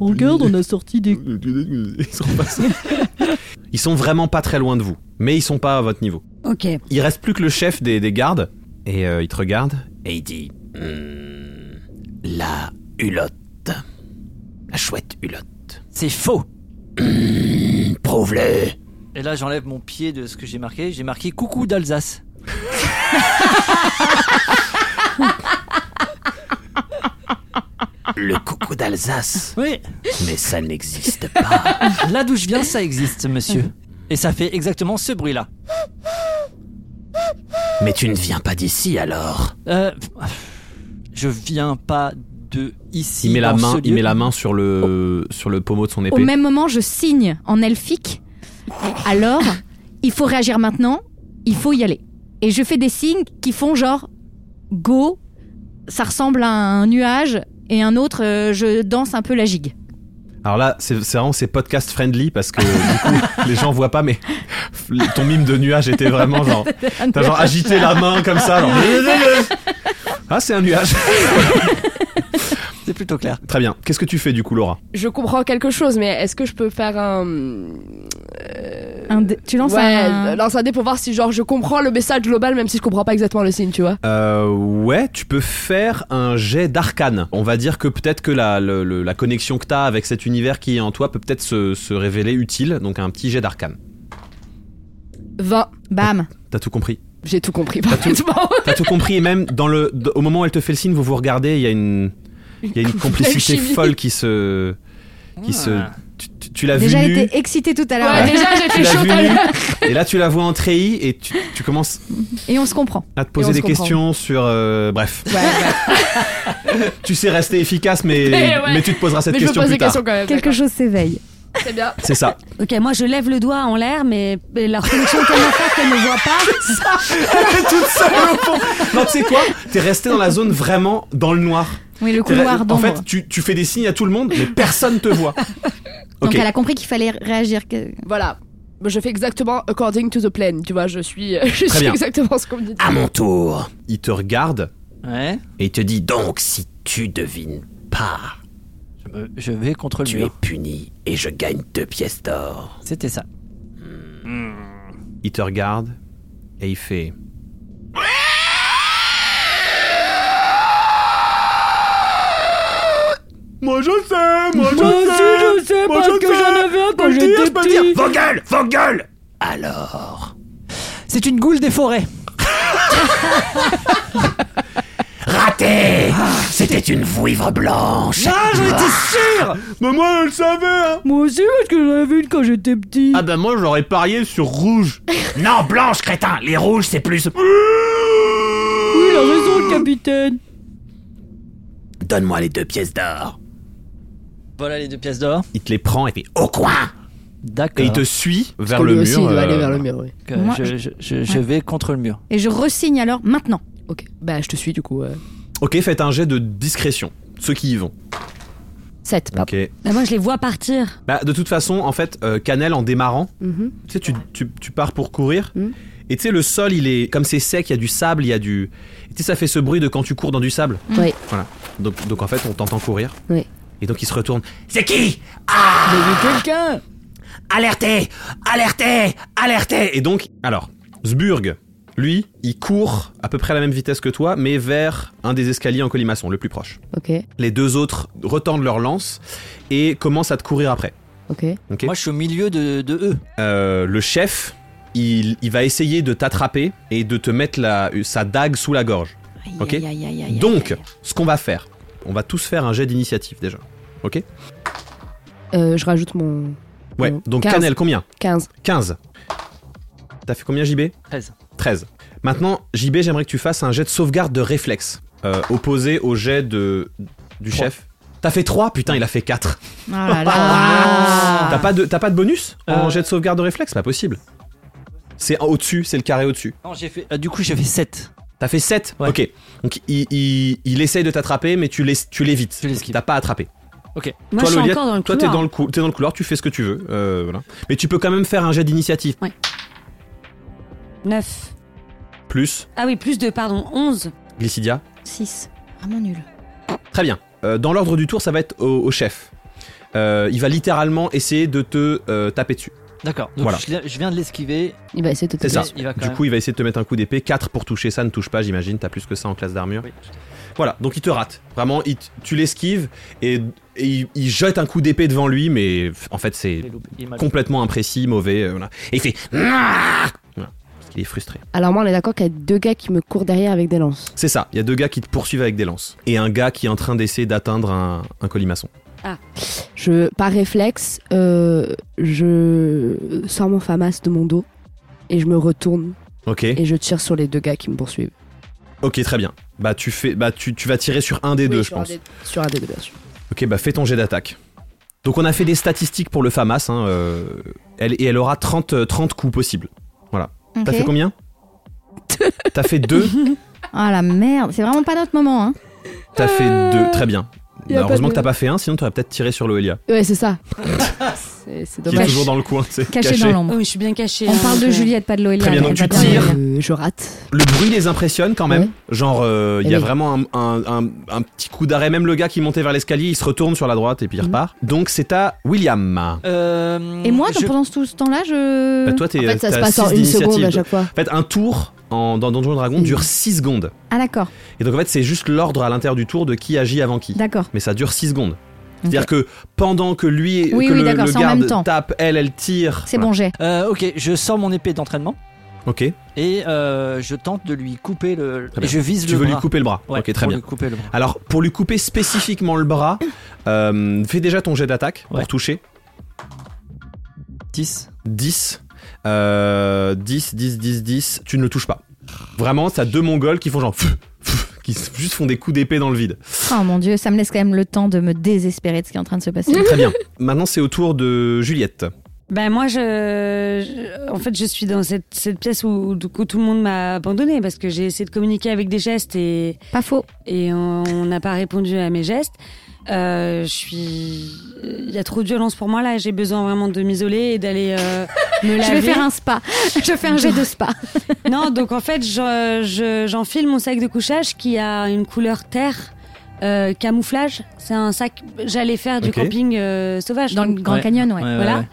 Regarde, [laughs] on a sorti des. Ils sont, passés. ils sont vraiment pas très loin de vous, mais ils sont pas à votre niveau. Ok. Il reste plus que le chef des, des gardes, et euh, il te regarde. Et il dit... Hmm, la hulotte. La chouette hulotte. C'est faux. Prouve-le Et là, j'enlève mon pied de ce que j'ai marqué. J'ai marqué coucou d'Alsace. Le coucou beaucoup d'Alsace, Oui, mais ça n'existe pas. là d'où je viens, ça existe, [laughs] monsieur. Et ça fait exactement ce bruit-là. Mais tu ne viens pas d'ici alors. Euh, je viens pas de ici. Il met la dans ce main, il lieu. met la main sur le sur le pommeau de son Au épée. même moment, je signe en elfique. Alors, il faut réagir maintenant, il faut y aller. Et je fais des signes qui font genre go, ça ressemble à un nuage, et un autre, euh, je danse un peu la gigue. Alors là, c'est c'est vraiment c'est podcast friendly parce que du coup, les gens voient pas, mais ton mime de nuage était vraiment genre t'as genre agité la main comme ça. genre, ah, c'est un nuage. C'est plutôt clair. Très bien. Qu'est-ce que tu fais du coup, Laura Je comprends quelque chose, mais est-ce que je peux faire un. euh, Un dé- tu lances ouais, un... euh, lance un dé pour voir si genre je comprends le message global même si je comprends pas exactement le signe, tu vois. Euh, ouais, tu peux faire un jet d'arcane. On va dire que peut-être que la, le- le- la connexion que t'as avec cet univers qui est en toi peut peut-être se, se révéler utile. Donc un petit jet d'arcane. 20. Bam. T'as tout compris. J'ai tout compris parfaitement. T'as tout compris et même dans le, d- au moment où elle te fait le signe, vous vous regardez, il y a une, il y a une complicité alchimie. folle qui se, qui se, Ah. tu, tu- tu l'as vu Déjà, elle nue, était excitée tout à l'heure. Ouais, déjà j'ai tu fait l'as chaud vu tout à nue, l'heure. et là tu la vois en treillis et tu, tu commences Et on se comprend. à te Et poser on des se comprend. questions sur, euh, bref, Ouais, ouais. tu sais rester efficace mais, Mais [laughs] ouais. mais tu te poseras cette Mais je me question pose plus des tard. questions quand même. Quelque d'accord. chose s'éveille. C'est bien. C'est [laughs] ça. Ok, moi je lève le doigt en l'air, mais mais la reconnexion est tellement forte qu'elle ne voit pas. toute seule au fond. Non, tu sais quoi T'es resté dans la zone vraiment dans le noir. Oui, le T'es couloir en d'ombre. fait, tu, tu fais des signes à tout le monde, mais personne te voit. Donc Ok. elle a compris qu'il fallait réagir. que- Voilà. Je fais exactement according to the plan, tu vois, je suis, je suis bien. exactement ce qu'on me dit. À mon tour. Il te regarde. Ouais. Et il te dit donc si tu devines pas, Je, me- je vais contre le tu es mur. puni et je gagne deux pièces d'or. C'était ça. Il te regarde et il fait. Moi je sais, moi je sais, moi je sais, Faut le dire, je peux le dire. Vos gueules, vos gueules Alors, C'est une goule des forêts. raté C'était une vouivre blanche. sûr Mais moi je le savais. hein. Moi aussi, parce que j'avais vu quand j'étais petit. Ah bah moi j'aurais parié sur rouge. Non, blanche, crétin. Les rouges, c'est plus. oui, il a raison, le capitaine. Donne-moi les deux pièces d'or. Voilà les deux pièces d'or. Il te les prend et fait. Au coin. D'accord. Et il te suit vers Lui le aussi, mur. il doit aller euh, vers le mur, oui. Que Moi, je, je- je- je vais contre le mur. Et je resigne alors maintenant. Ok. Bah, je te suis du coup. Ok, faites un jet de discrétion. Ceux qui y vont. 7, pardon. Ok. Bah, moi je les vois partir. Bah, de toute façon, en fait, euh, Canel, en démarrant, Mhm. tu sais, tu, tu- tu pars pour courir. Mhm. Et tu sais, le sol, il est comme c'est sec, il y a du sable, il y a du. et Tu sais, ça fait ce bruit de quand tu cours dans du sable. Oui. Voilà. Donc, donc, en fait, on t'entend courir. Oui. Et donc, il se retourne. Ah C'est qui Mais il y a quelqu'un Alertez Alertez Alertez Et donc, alors, Sburg, lui, il court à peu près à la même vitesse que toi, mais vers un des escaliers en colimaçon, le plus proche. Ok, Les deux autres retendent leur lance et commencent à te courir après. ok. Ok. Moi, je suis au milieu de, de eux. Euh, le chef, il, il va essayer de t'attraper et de te mettre la- sa dague sous la gorge. Ok. Aïe, aïe, aïe, aïe, aïe, Donc, aïe. ce qu'on va faire, on va tous faire un jet d'initiative déjà. Euh, je rajoute mon Ouais, Bon, donc 15. Canel, combien 15. 15. T'as fait combien JB 13. 13. Maintenant, JB, j'aimerais que tu fasses un jet de sauvegarde de réflexe, euh, opposé au jet de, du Trois. chef. T'as fait 3 Putain, il a fait 4. Oh là Ah. T'as là. pas, de- t'as pas de bonus en Euh. jet de sauvegarde de réflexe Pas possible. C'est en- au-dessus, c'est le carré au-dessus. Non, j'ai fait. euh, du coup, j'ai fait 7. T'as fait 7 Ouais. Ok. Donc il, il- il essaye de t'attraper, mais tu l'es- tu l'évites. Tu l'esquives. T'as pas attrapé. Moi toi, je suis Loliette, encore dans le toi, couloir. t'es dans, le cou- t'es dans le couloir, tu fais ce que tu veux. euh, voilà. Mais tu peux quand même faire un jet d'initiative. 9. Plus, Ah oui, plus de, pardon, 11. Glycidia. 6. Vraiment nul. Très bien. Euh, dans l'ordre du tour, ça va être au, au chef. Euh, il va littéralement essayer de te euh, taper dessus. D'accord. Donc, Voilà. je, l'ai- je viens de l'esquiver. Il va essayer de te C'est ça. mais Il va quand Du même- coup, il va essayer de te mettre un coup d'épée. 4 pour toucher, ça ne touche pas, j'imagine. T'as plus que ça en classe d'armure. Oui. Voilà, donc il te rate. Vraiment, il t- tu l'esquives et, et il, il jette un coup d'épée devant lui, mais en fait, c'est Il est loupé. Il m'a- complètement imprécis, mauvais. euh, voilà. Et il fait. Voilà. Il est frustré. Alors moi, on est d'accord qu'il y a deux gars qui me courent derrière avec des lances. C'est ça, il y a deux gars qui te poursuivent avec des lances. Et un gars qui est en train d'essayer d'atteindre un, un colimaçon. Je, par réflexe, euh, je sors mon famas de mon dos et je me retourne Ok, et je tire sur les deux gars qui me poursuivent. ok, très bien. Bah tu fais, bah tu, tu vas tirer sur un des deux, je pense. Sur un des deux, bien sûr. Ok, bah fais ton jet d'attaque. Donc on a fait des statistiques pour le FAMAS, hein, euh, elle, et elle aura 30, euh, 30 coups possibles. T'as Ok. fait [laughs] combien T'as fait 2 Ah la merde, c'est vraiment pas notre moment. Hein. T'as fait Euh, 2, très bien. y a Bah, pas heureusement de- que t'as pas fait 1, sinon t'aurais peut-être tiré sur le Elia, Ouais, [laughs] c'est ça. c'est c'est qui est dommage. toujours dans le coin. tu sais, Caché, caché. dans Oh, l'ombre. mais je suis bien cachée. On hein, parle de donc, euh, Juliette, pas de Loïla. Très bien, donc elle va tu bien tires. venir. Euh, je rate. Le bruit les impressionne quand même. Genre, euh, il y a Eh Oui. vraiment un, un- un- un petit coup d'arrêt. Même le gars qui montait vers l'escalier, il se retourne sur la droite et puis il Mhm. repart. Donc c'est à William. Euh, Et moi, je- pendant tout ce temps-là, je. Bah, toi, t'es. Mhm. En fait, ça t'as se passe en six une d'initiative. seconde à chaque fois. En fait, un tour en, dans Donjon Dragon Mhm. dure 6 secondes. Ah d'accord, Et donc en fait, c'est juste l'ordre à l'intérieur du tour de qui agit avant qui. d'accord. Mais ça dure 6 secondes. C'est-à-dire que pendant que lui, Oui, que oui, le, d'accord, le c'est en garde même temps. tape, elle, elle tire. C'est Voilà. bon, j'ai. Euh, ok, je sors mon épée d'entraînement Ok. et euh, je tente de lui couper le. Très Et bien. je vise Tu le veux bras. lui couper le bras. Ouais, ok, très pour bien. lui couper le bras. Alors, pour lui couper spécifiquement le bras, euh, fais déjà ton jet d'attaque Ouais. pour toucher. 10. 10. Euh, 10, 10, 10, 10. Tu ne le touches pas. Vraiment, t'as deux mongols qui font genre. pfff, pfff, qui s- juste font des coups d'épée dans le vide. Oh mon dieu, ça me laisse quand même le temps de me désespérer de ce qui est en train de se [laughs] passer. Très bien. Maintenant, c'est au tour de Juliette. Ben moi, je, je- en fait, je suis dans cette, cette pièce où, où, du coup, tout le monde m'a abandonné parce que j'ai essayé de communiquer avec des gestes et, Pas faux. et on on n'a pas répondu à mes gestes. Euh, je suis, il y a trop de violence pour moi là. J'ai besoin vraiment de m'isoler et d'aller [laughs] euh, me laver. Je vais faire un spa. [laughs] Je fais un jet de [laughs] spa. Non, donc en fait, je- je- j'enfile mon sac de couchage qui a une couleur terre. euh, camouflage, c'est un sac. J'allais faire du Ok. camping euh, sauvage. Dans le Donc, Grand Ouais. Canyon, ouais. voilà.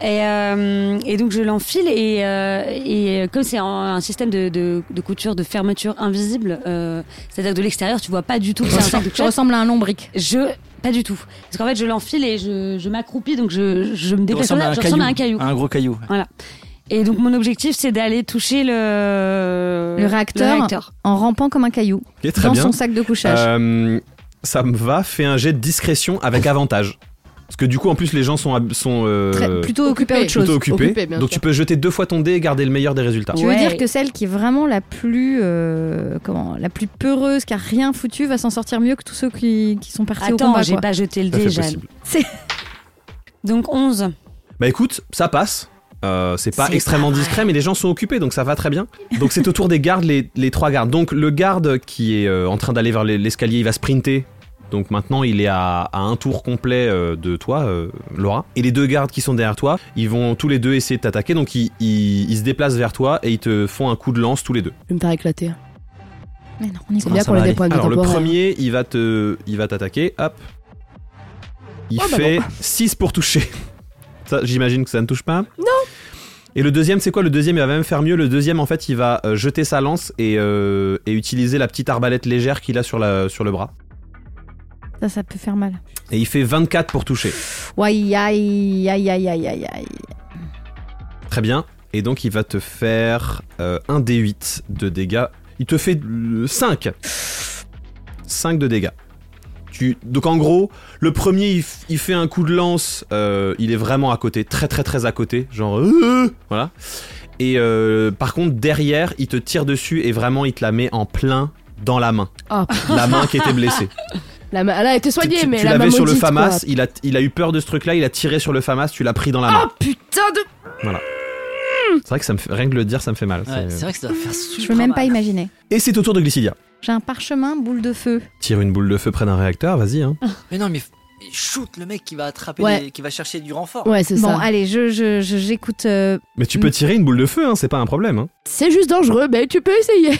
Et, euh, et donc je l'enfile et, euh, et euh, comme c'est un, un système de, de, de couture de fermeture invisible, euh, c'est-à-dire que de l'extérieur tu vois pas du tout que c'est un sac de Je couchage. ressemble à un lombric. Je pas du tout. Parce qu'en fait je l'enfile et je, je m'accroupis donc je, je me Il déplace. ressemble en à l'air, un je caillou. ressemble à un caillou. gros caillou. Hein. Et donc mon objectif c'est d'aller toucher le Le réacteur. En rampant comme un caillou. Ok, très dans bien. son sac de couchage. Euh, ça me va, fais un jet de discrétion avec avantage. Parce que du coup, en plus, les gens sont. hab- sont euh, Très- plutôt occupé à autre plutôt chose. occupés. Occupés, bien donc sûr. tu peux jeter deux fois ton dé et garder le meilleur des résultats. Tu veux Ouais. dire que celle qui est vraiment la plus euh, comment la plus peureuse, qui a rien foutu, va s'en sortir mieux que tous ceux qui, qui sont partis au Attends, combat. j'ai quoi. pas jeté le Tout à fait dé, Jeanne. possible. Donc 11. Bah écoute, ça passe. Euh, c'est pas C'est extrêmement pas vrai. discret, mais les gens sont occupés, donc ça va très bien. Donc c'est au tour des gardes, les, les trois gardes. Donc le garde qui est euh, en train d'aller vers les- l'escalier, il va sprinter. Donc maintenant, il est à, à un tour complet euh, de toi, euh, Laura. Et les deux gardes qui sont derrière toi, ils vont tous les deux essayer de t'attaquer. Donc ils, ils- ils se déplacent vers toi et ils te font un coup de lance tous les deux. Je vais me faire éclater. Ah, Mais non, on y C'est croit. bien ça qu'on va ait des aller. points de Alors le temporaire. premier, il va te, il va t'attaquer. Hop. Il Oh, bah fait 6 pour toucher. Ça, j'imagine que ça ne touche pas. Non. Et le deuxième, c'est quoi Le deuxième, il va même faire mieux. Le deuxième, en fait, il va euh, jeter sa lance et, euh, et utiliser la petite arbalète légère qu'il a sur, la, sur le bras. Ça, ça peut faire mal. Et il fait 24 pour toucher. Aïe aïe aïe aïe aïe aïe aïe. Très bien. Et donc, il va te faire euh, un D8 de dégâts. Il te fait 5. 5 de dégâts. Tu... Donc, en gros, le premier, il, f- il fait un coup de lance. euh, il est vraiment à côté, très, très, très à côté. Genre, euh, voilà. Et euh, par contre, derrière, il te tire dessus et vraiment, il te la met en plein dans la main. Oh. La main qui était blessée. La ma- Elle a été soignée, tu tu- mais tu la l'avais main sur le maudite, quoi. FAMAS. Il a, il a eu peur de ce truc-là. Il a tiré sur le FAMAS. Tu l'as pris dans la main. Oh putain de. C'est vrai que ça me fait... rien que le dire, ça me fait mal. Ouais, C'est- c'est vrai que ça [laughs] doit faire Je Oh, peux même pas imaginer. Et c'est au tour de Glycidia. J'ai un parchemin boule de feu. Tire une boule de feu près d'un réacteur, vas-y. Ah. Hein. Mais non, mais f- mais shoot le mec qui va attraper, Ouais. les- qui va chercher du renfort. Ouais, c'est Bon, ça. allez, je je- je- j'écoute. euh, Mais tu Mm. peux tirer une boule de feu, hein, c'est pas un problème. Hein. C'est juste dangereux, mais tu peux essayer.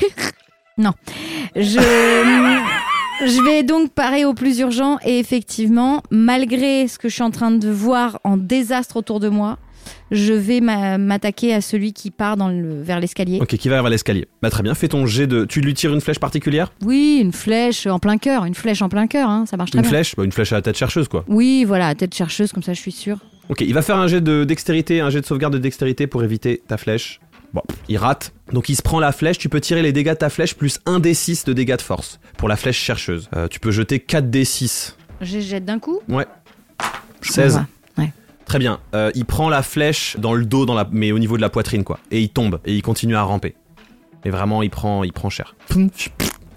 je [laughs] je vais donc parer au plus urgent et effectivement, malgré ce que je suis en train de voir en désastre autour de moi, je vais m'a- m'attaquer à celui qui part dans le, vers l'escalier. Ok, qui va vers l'escalier. Bah très bien, fais ton jet de. Tu lui tires une flèche particulière Ah Oui, une flèche en plein cœur, une flèche en plein cœur, hein, ça marche très Une bien. flèche bah, Une flèche à la tête chercheuse, quoi. Oui, voilà, tête chercheuse, comme ça je suis sûre. Ok, il va faire un jet de dextérité, un jet de sauvegarde de dextérité pour éviter ta flèche. Bon, il rate. Donc il se prend la flèche. Tu peux tirer les dégâts de ta flèche plus 1 d6 de dégâts de force pour la flèche chercheuse. Euh, tu peux jeter 4 d6. Je jette d'un coup. Ouais. 16. Ouais. Très bien. Euh, il prend la flèche dans le dos, dans la... mais au niveau de la poitrine, quoi. Et il tombe. Et il continue à ramper. Et vraiment, il prend, il prend cher.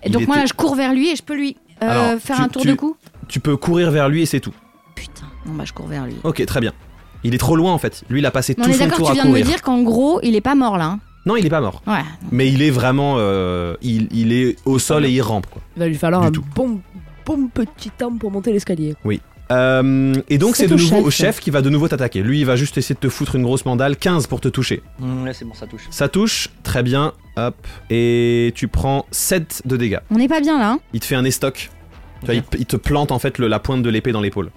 Et donc Il moi était- là, je cours vers lui et je peux lui euh, Alors, faire tu- un tour tu- de cou. Tu peux courir vers lui et c'est tout. Putain. Non bah je cours vers lui. Ok, très bien. Il est trop loin en fait. Lui, il a passé Mais on tout est son d'accord, tour tu à viens de me courir. dire qu'en gros, il est pas mort là. hein. Non, il est pas mort. Ouais. Mais il est vraiment, euh, il, il est au sol et il rampe. Quoi. Il va lui falloir Du un tout. bon, bon petit temps pour monter l'escalier. Euh, et donc C'est c'est de au nouveau chef. au chef qui va de nouveau t'attaquer. Lui, il va juste essayer de te foutre une grosse mandale. 15 pour te toucher. Hum, là, c'est bon, ça touche. Ça touche, très bien. Hop. Et tu prends 7 de dégâts. On n'est pas bien là. hein. Il te fait un estoc. Tu vois, il, il te plante en fait le- la pointe de l'épée dans l'épaule.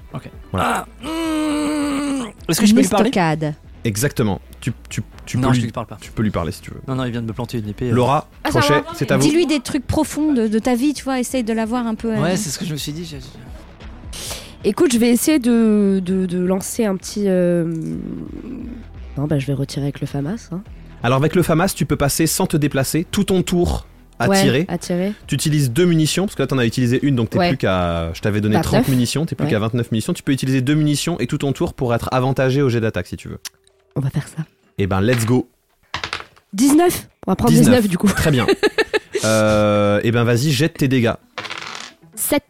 Ah, hum, Est-ce que je peux lui parler Mistocade. Exactement. Tu, tu, tu, Non, peux je lui, lui parle pas. tu peux lui parler si tu veux. Non, non, il vient de me planter une épée. euh. Laura, Ah, ça crochet, va, c'est à vous. Dis-lui des trucs profonds de, de ta vie, tu vois. Essaye de l'avoir un peu. euh, Ouais, c'est ce que je me suis dit. j'ai- j'ai- Écoute, je vais essayer de, de, de lancer un petit. euh, Non, bah je vais retirer avec le FAMAS. Hein. Alors avec le FAMAS, tu peux passer sans te déplacer tout ton tour à Ouais, tirer. à tirer. Tu utilises deux munitions, parce que là t'en as utilisé une, donc t'es Ouais. plus qu'à... Je t'avais donné 30 29. munitions, t'es plus Ouais. qu'à 29 munitions. Tu peux utiliser deux munitions et tout ton tour pour être avantagé au jet d'attaque si tu veux. On va faire ça. Et ben let's go. 19 On va prendre 19, 19 du coup. Très [laughs] bien. euh, et ben vas-y, jette tes dégâts. 7.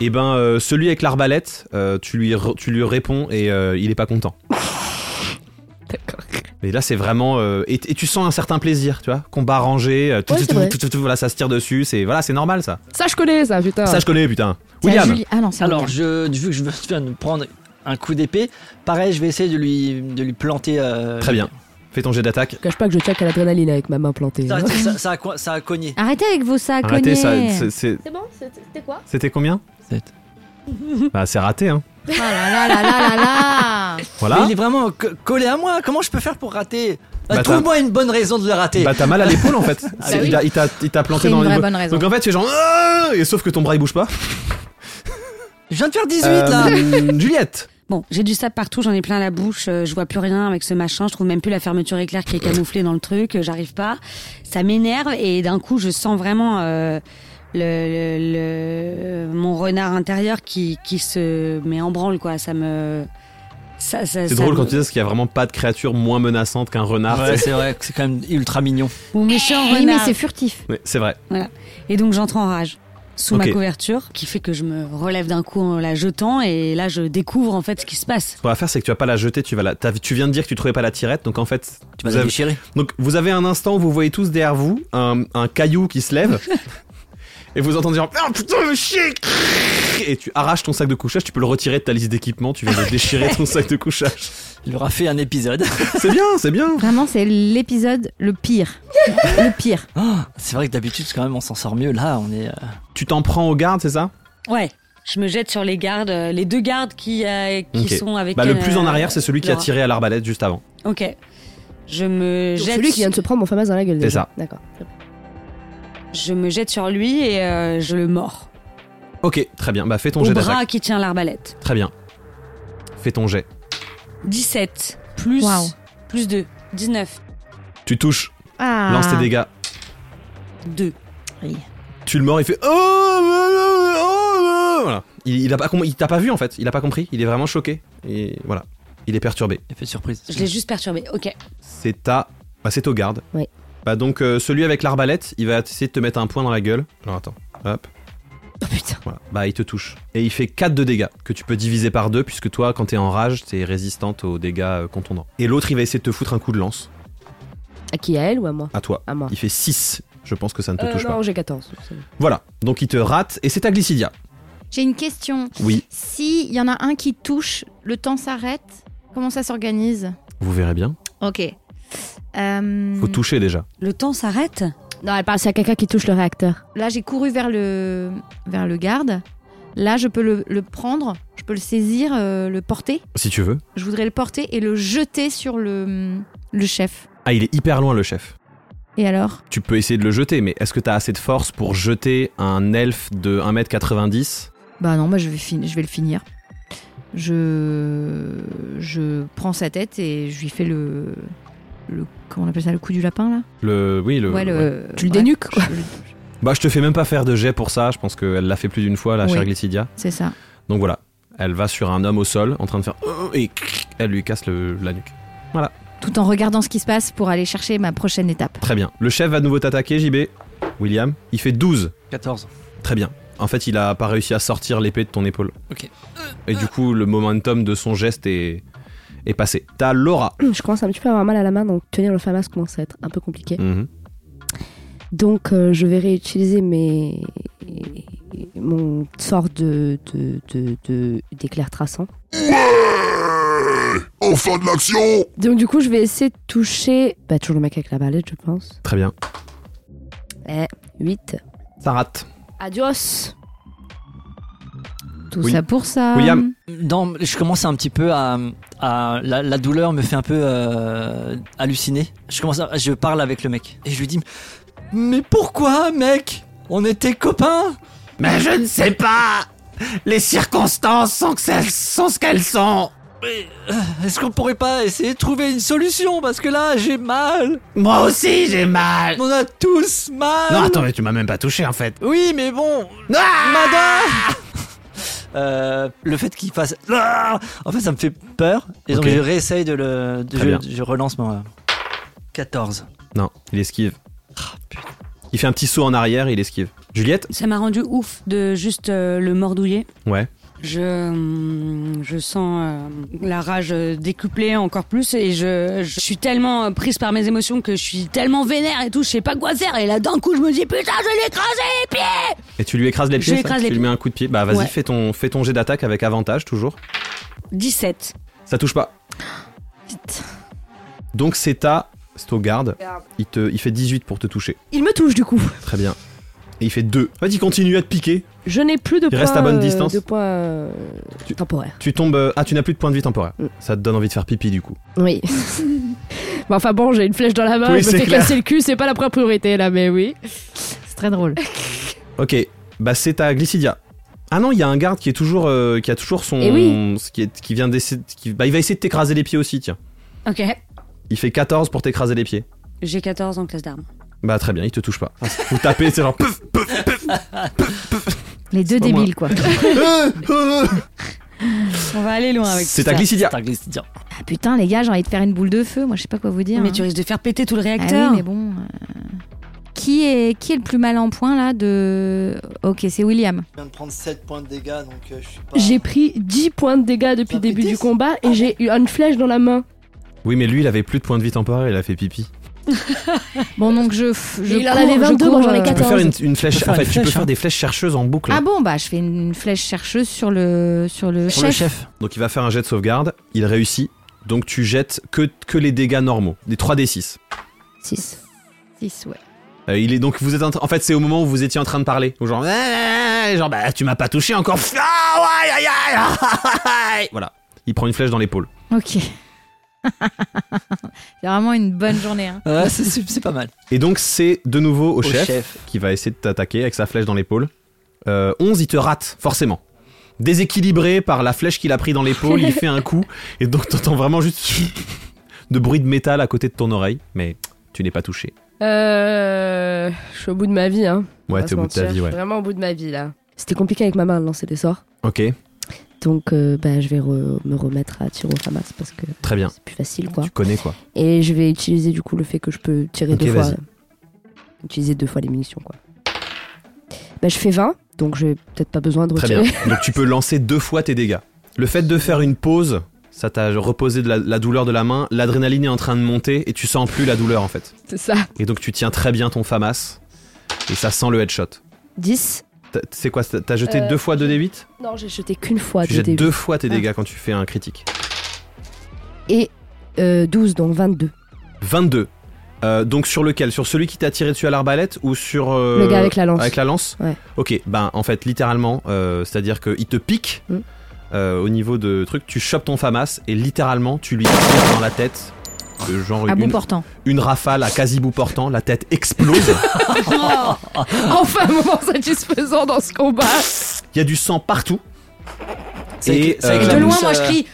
Et ben euh, celui avec l'arbalète, euh, tu, lui re- tu lui réponds et euh, il est pas content. [laughs] D'accord. Et là, c'est vraiment. euh, et, et tu sens un certain plaisir, tu vois. Combat rangé, euh, tout, Ouais, tout, c'est tout, vrai. tout, tout, tout, voilà, ça se tire dessus. C'est voilà, c'est normal ça. Ça, je connais ça, putain. Ça, je connais, putain. c'est à William, Julie- Ah non, c'est Alors, William. je, vu que je me viens de prendre un coup d'épée, pareil, je vais essayer de lui, de lui planter. euh, très bien. Fais ton jet d'attaque. Je cache pas que je check à l'adrénaline avec ma main plantée. Ça, hein. ça, ça a, co- ça a cogné. Arrêtez avec vos sacs. Ah Arrêtez, ça. cognés. c'est- c'est- C'est bon C'était quoi C'était combien Sept. [laughs] Bah, c'est raté, hein. Oh là là là [laughs] là là là. Mais Voilà. il est vraiment co- collé à moi. Comment je peux faire pour rater Ah, Bah, Trouve-moi une bonne raison de le rater. Bah, t'as mal à l'épaule en fait. Ah, C'est- oui. il a- il t'a il t'a planté C'est dans une vraie l'épaule. bonne raison. Donc en fait, c'est genre. Ah Et sauf que ton bras il bouge pas. je viens de faire 18 là. Euh, Juliette. Bon, j'ai du sable partout, j'en ai plein la bouche, euh, je vois plus rien avec ce machin, je trouve même plus la fermeture éclair qui est camouflée dans le truc, euh, j'arrive pas. Ça m'énerve et d'un coup, je sens vraiment euh, le, le- le- mon renard intérieur qui, qui se met en branle, quoi. Ça me. Ça, ça, C'est ça drôle me- quand tu dis parce qu'il y a vraiment pas de créature moins menaçante qu'un renard. Ouais, c'est vrai que c'est quand même ultra mignon. Mon méchant Oui, mais renard. c'est furtif. Ouais, C'est vrai. Et donc, j'entre en rage sous Ok. ma couverture, qui fait que je me relève d'un coup en la jetant et là, je découvre en fait ce qui se passe. Ce qu'on va faire, c'est que tu vas pas la jeter. Tu vas la. t'as- Tu viens de dire que tu trouvais pas la tirette, donc en fait, Tu vas vous la avez- déchirer. Donc vous avez un instant où vous voyez tous derrière vous un, un caillou qui se lève et vous entendez genre Ah, putain le chier et tu arraches ton sac de couchage, tu peux le retirer de ta liste d'équipement, tu viens de déchirer ton sac de couchage. Il aura fait un épisode. [laughs] C'est bien, c'est bien. Vraiment, c'est l'épisode le pire. le pire. Ah, c'est vrai que d'habitude, quand même, on s'en sort mieux. Là, on est. euh, Tu t'en prends aux gardes, c'est ça Ouais. Je me jette sur les gardes, euh, les deux gardes qui, euh, qui Ok. sont avec Bah le euh, plus en arrière, c'est celui qui a Laura. tiré à l'arbalète juste avant. Ok. Je me Donc, jette. Celui qui vient de se prendre mon FAMAS dans la gueule. C'est déjà. ça. D'accord. Je me jette sur lui et euh, je le mords. Ok, très bien. Bah fais ton Au jet bras d'attaque. qui tient l'arbalète. Très bien. Fais ton jet. 17 plus Waouh. plus 2. 19. Tu touches, Ah. lance tes dégâts. 2. Tu le mords, il fait oh, oh, oh, oh voilà. Il, il a pas com- il t'a pas vu en fait, il a pas compris, il est vraiment choqué et voilà, il est perturbé. Effet de surprise. Je l'ai juste perturbé. Ok. C'est à. Bah, c'est au garde. Oui. Bah, donc, euh, celui avec l'arbalète, il va essayer de te mettre un point dans la gueule. Alors, attends. Hop. Oh putain. Voilà. Bah, il te touche. Et il fait 4 de dégâts, que tu peux diviser par 2, puisque toi, quand t'es en rage, t'es résistante aux dégâts euh, contondants. Et l'autre, il va essayer de te foutre un coup de lance. À qui À elle ou à moi À toi. À moi. Il fait 6. Je pense que ça ne te Euh, touche non, pas. j'ai 14. c'est bon. Voilà. Donc, il te rate. Et c'est ta glycidia. J'ai une question. Oui. S'il y en a un qui touche, le temps s'arrête. Comment ça s'organise Vous verrez bien. Ok. Euh, Mm. Faut toucher déjà. Le temps s'arrête Non, elle parle, c'est à quelqu'un qui touche le réacteur. Là, j'ai couru vers le, vers le garde. Là, je peux le, le prendre, je peux le saisir, euh, le porter. Si tu veux. Je voudrais le porter et le jeter sur le, le chef. Ah, il est hyper loin, le chef. Et alors Tu peux essayer de le jeter, mais est-ce que t'as assez de force pour jeter un elfe de 1m90 Bah non, bah je, vais fin- je vais le finir. Je... je prends sa tête et je lui fais le, le- comment on appelle ça, le coup du lapin là Le, oui, le. Ouais, le, Tu le ouais, dénuques, quoi. je- je- Bah, je te fais même pas faire de jet pour ça. Je pense qu'elle l'a fait plus d'une fois, la Oui. chère Glycidia. C'est ça. Donc voilà, elle va sur un homme au sol en train de faire et elle lui casse le- la nuque. Tout en regardant ce qui se passe pour aller chercher ma prochaine étape. Très bien. Le chef va de nouveau t'attaquer, JB. William, il fait 12. 14. Très bien. En fait, il a pas réussi à sortir l'épée de ton épaule. Ok. Et du coup, le momentum de son geste est, est passé. T'as Laura. Je commence un petit peu à avoir mal à la main, donc tenir le famas commence à être un peu compliqué. Mhm. Donc euh, je vais réutiliser mes... mon sort de, de, de, de- d'éclair traçant. Ouais En fin de l'action Donc du coup je vais essayer de toucher... Bah toujours le mec avec la balette je pense. Très bien. 8. Ça rate. Adios Tout Oui. ça pour ça. William. Dans, je commence un petit peu à, à- la, la douleur me fait un peu euh, halluciner. Je commence, à- je parle avec le mec et je lui dis, mais pourquoi, mec On était copains. Mais je ne sais pas Les circonstances sont, que celles- sont ce qu'elles sont Est-ce qu'on pourrait pas essayer de trouver une solution Parce que là, j'ai mal. Moi aussi j'ai mal On a tous mal. Non attends mais tu m'as même pas touché en fait Oui, mais bon, Ah Madame Euh, le fait qu'il fasse Ah en fait ça me fait peur et donc Ok. je réessaye de le de- Très bien. je, je relance mon euh, 14 Non, il esquive. Il fait un petit saut en arrière et il esquive. Juliette Ça m'a rendu ouf de juste euh, le mordouiller. Ouais. Je, hum, je sens euh, la rage euh, décuplée encore plus et je, je suis tellement euh, prise par mes émotions que je suis tellement vénère et tout, je sais pas quoi faire et là d'un coup je me dis putain je l'ai écrasé les pieds Et tu lui écrases les Je pieds lui ça écrase les Tu lui pieds. mets un coup de pied. Bah vas-y, Ouais. fais, ton, fais ton jet d'attaque avec avantage toujours. 17. Ça touche pas. Vite. Donc c'est ta. C'est au garde. Il, te, il fait 18 pour te toucher. Il me touche du coup. Très bien. Et il fait 2. En fait, il continue à te piquer. Je n'ai plus de Il points... reste à bonne euh, distance. de points euh, Tu- temporaires. Tu tombes. euh, Ah, tu n'as plus de points de vie temporaire. Mm. Ça te donne envie de faire pipi du coup. Oui. [laughs] Bon, enfin bon, j'ai une flèche dans la main, Oui, je c'est me fais clair. casser le cul, c'est pas la première priorité là, mais oui. C'est très drôle. Ok. Bah c'est ta Glycidia. Ah non, il y a un garde qui est toujours. euh, qui a toujours son. Eh oui. ce qui, est, qui vient d'essayer. qui- Bah il va essayer de t'écraser les pieds aussi, tiens. Ok, Il fait 14 pour t'écraser les pieds. j'ai 14 en classe d'armes. Bah très bien, il te touche pas. Vous tapez, c'est genre. pouf, pouf, pouf. Les deux pas moi. [laughs] débiles, quoi. Euh, euh. On va aller loin avec C'est tout ta ça. Glycidia. T'as glissé, tiens. Ah, putain, les gars, j'ai envie de faire une boule de feu. Moi, je sais pas quoi vous dire. Mais hein. tu risques de faire péter tout le Ah oui, réacteur. mais bon. euh, Qui est, qui est le plus mal en point là de. Ok, c'est William. je viens de prendre 7 points de dégâts donc je suis pas J'ai pris 10 points de dégâts depuis Ça le début fait du 10? combat et j'ai eu une flèche dans la main. Oui, mais lui, il avait plus de points de vie temporaire, il a fait pipi. Bon, donc je. f- je Il en cours- avait je 22, moi, cours, j'en ai euh, Tu peux 14. faire une, une flèche. Tu peux faire en fait, une tu peux flèche, faire hein. des flèches chercheuses en boucle. Ah bon, bah je fais une flèche chercheuse sur le, sur le pour chef. le chef Donc il va faire un jet de sauvegarde, il réussit. Donc tu jettes que, que les dégâts normaux, des 3d6. 6. 6, ouais. Euh, il est donc vous êtes en, train- en fait c'est au moment où vous étiez en train de parler, au genre Ah, genre bah tu m'as pas touché encore. [laughs] Ah, ouais, aïe, aïe, aïe, aïe. Voilà, il prend une flèche dans l'épaule. Ok. [laughs] c'est vraiment une bonne journée. Hein. Ouais, c'est- c'est c'est pas mal Et donc c'est de nouveau au, Au chef, chef. qui va essayer de t'attaquer avec sa flèche dans l'épaule. Euh, 11, il te rate forcément. Déséquilibré par la flèche qu'il a pris dans l'épaule, [laughs] il fait un coup et donc t'entends vraiment juste [laughs] de bruit de métal à côté de ton oreille, mais tu n'es pas touché. Euh. Je suis au bout de ma vie, hein. On Ouais, va t'es se au bout de ta mentir, vie, Je Ah, ouais. suis vraiment au bout de ma vie, là. C'était compliqué avec ma main de lancer des sorts. Ok, Donc, euh, bah, je vais re- me remettre à tirer au Hamas parce que très bien. c'est plus facile, quoi. Tu connais quoi. Et je vais utiliser, du coup, le fait que je peux tirer Ok, deux fois. vas-y. Utiliser deux fois les munitions, quoi. Bah, je fais 20, donc j'ai peut-être pas besoin de Très retirer. [laughs] bien. Donc tu peux lancer deux fois tes dégâts. Le fait de faire une pause, ça t'a reposé de la, la douleur de la main, l'adrénaline est en train de monter et tu sens plus la douleur en fait. C'est ça. Et donc tu tiens très bien ton FAMAS et ça sent le headshot. 10. T'as- C'est quoi T'as t'as jeté Euh, deux fois 2d8 Non, j'ai jeté qu'une fois. Tu de jettes début. deux fois tes dégâts quand tu fais un critique. Et euh, 12, donc 22. 22. Euh, donc sur lequel Sur celui qui t'a tiré dessus à l'arbalète ou sur... euh, Le gars avec la lance. Avec la lance Ouais. Ok, ben en fait littéralement, euh, c'est-à-dire qu'il te pique Mm. euh, au niveau de truc, tu chopes ton FAMAS et littéralement tu lui tires dans la tête, euh, genre À une, Ah bon portant. une rafale à quasi bout portant, la tête explose, [laughs] Enfin, un moment satisfaisant dans ce combat. il y a du sang partout. C'est avec- Et, c'est avec euh, la De loin, mousse, moi je euh, crie.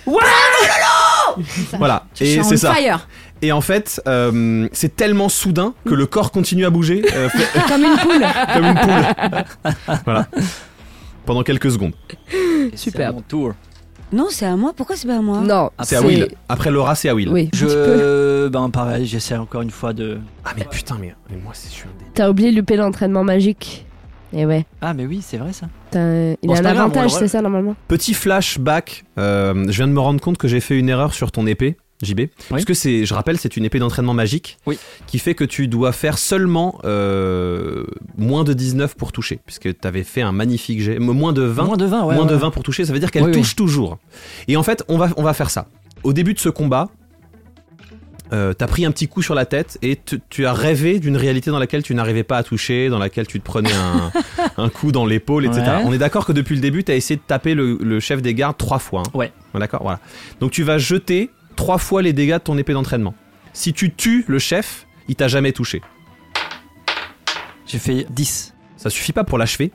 Voilà, je et suis c'est on ça. Fire. Et en fait, euh, c'est tellement soudain que le corps continue à bouger euh, fait- [laughs] Comme une poule. [laughs] comme une poule. voilà. Pendant quelques secondes. Et Superbe. c'est à mon tour. Non, c'est à moi. Pourquoi c'est pas à moi Non, Ah, C'est à Will. Après Laura, c'est à Will. Oui, je... Je, ben pareil, j'essaie encore une fois de. Ah mais putain, mais, mais moi, c'est je suis un dé- T'as oublié de louper l'entraînement magique. Et ouais. Ah mais oui, c'est vrai ça. T'as un- Il Bon, Oh, a c'est un pas grave, on avantage, le re- c'est ça normalement Petit flashback. euh, je viens de me rendre compte que j'ai fait une erreur sur ton épée, JB. Parce que c'est, je rappelle, c'est une épée d'entraînement magique. Oui. Qui fait que tu dois faire seulement euh, moins de 19 pour toucher. Puisque t'avais fait un magnifique jet. Moins de 20. moins de 20, ouais. moins de ouais. 20 pour toucher, ça veut dire qu'elle Oui, oui. touche toujours. Et en fait, on va, on va faire ça. Au début de ce combat, euh, t'as pris un petit coup sur la tête et tu- tu as rêvé d'une réalité dans laquelle tu n'arrivais pas à toucher, dans laquelle tu te prenais [laughs] un, un coup dans l'épaule, etc. Ouais. On est d'accord que depuis le début, t'as essayé de taper le, le chef des gardes trois fois. hein. Ouais. On est D'accord, voilà. Donc tu vas jeter trois fois les dégâts de ton épée d'entraînement. Si tu tues le chef, il t'a jamais touché. J'ai fait 10. Ça suffit pas pour l'achever.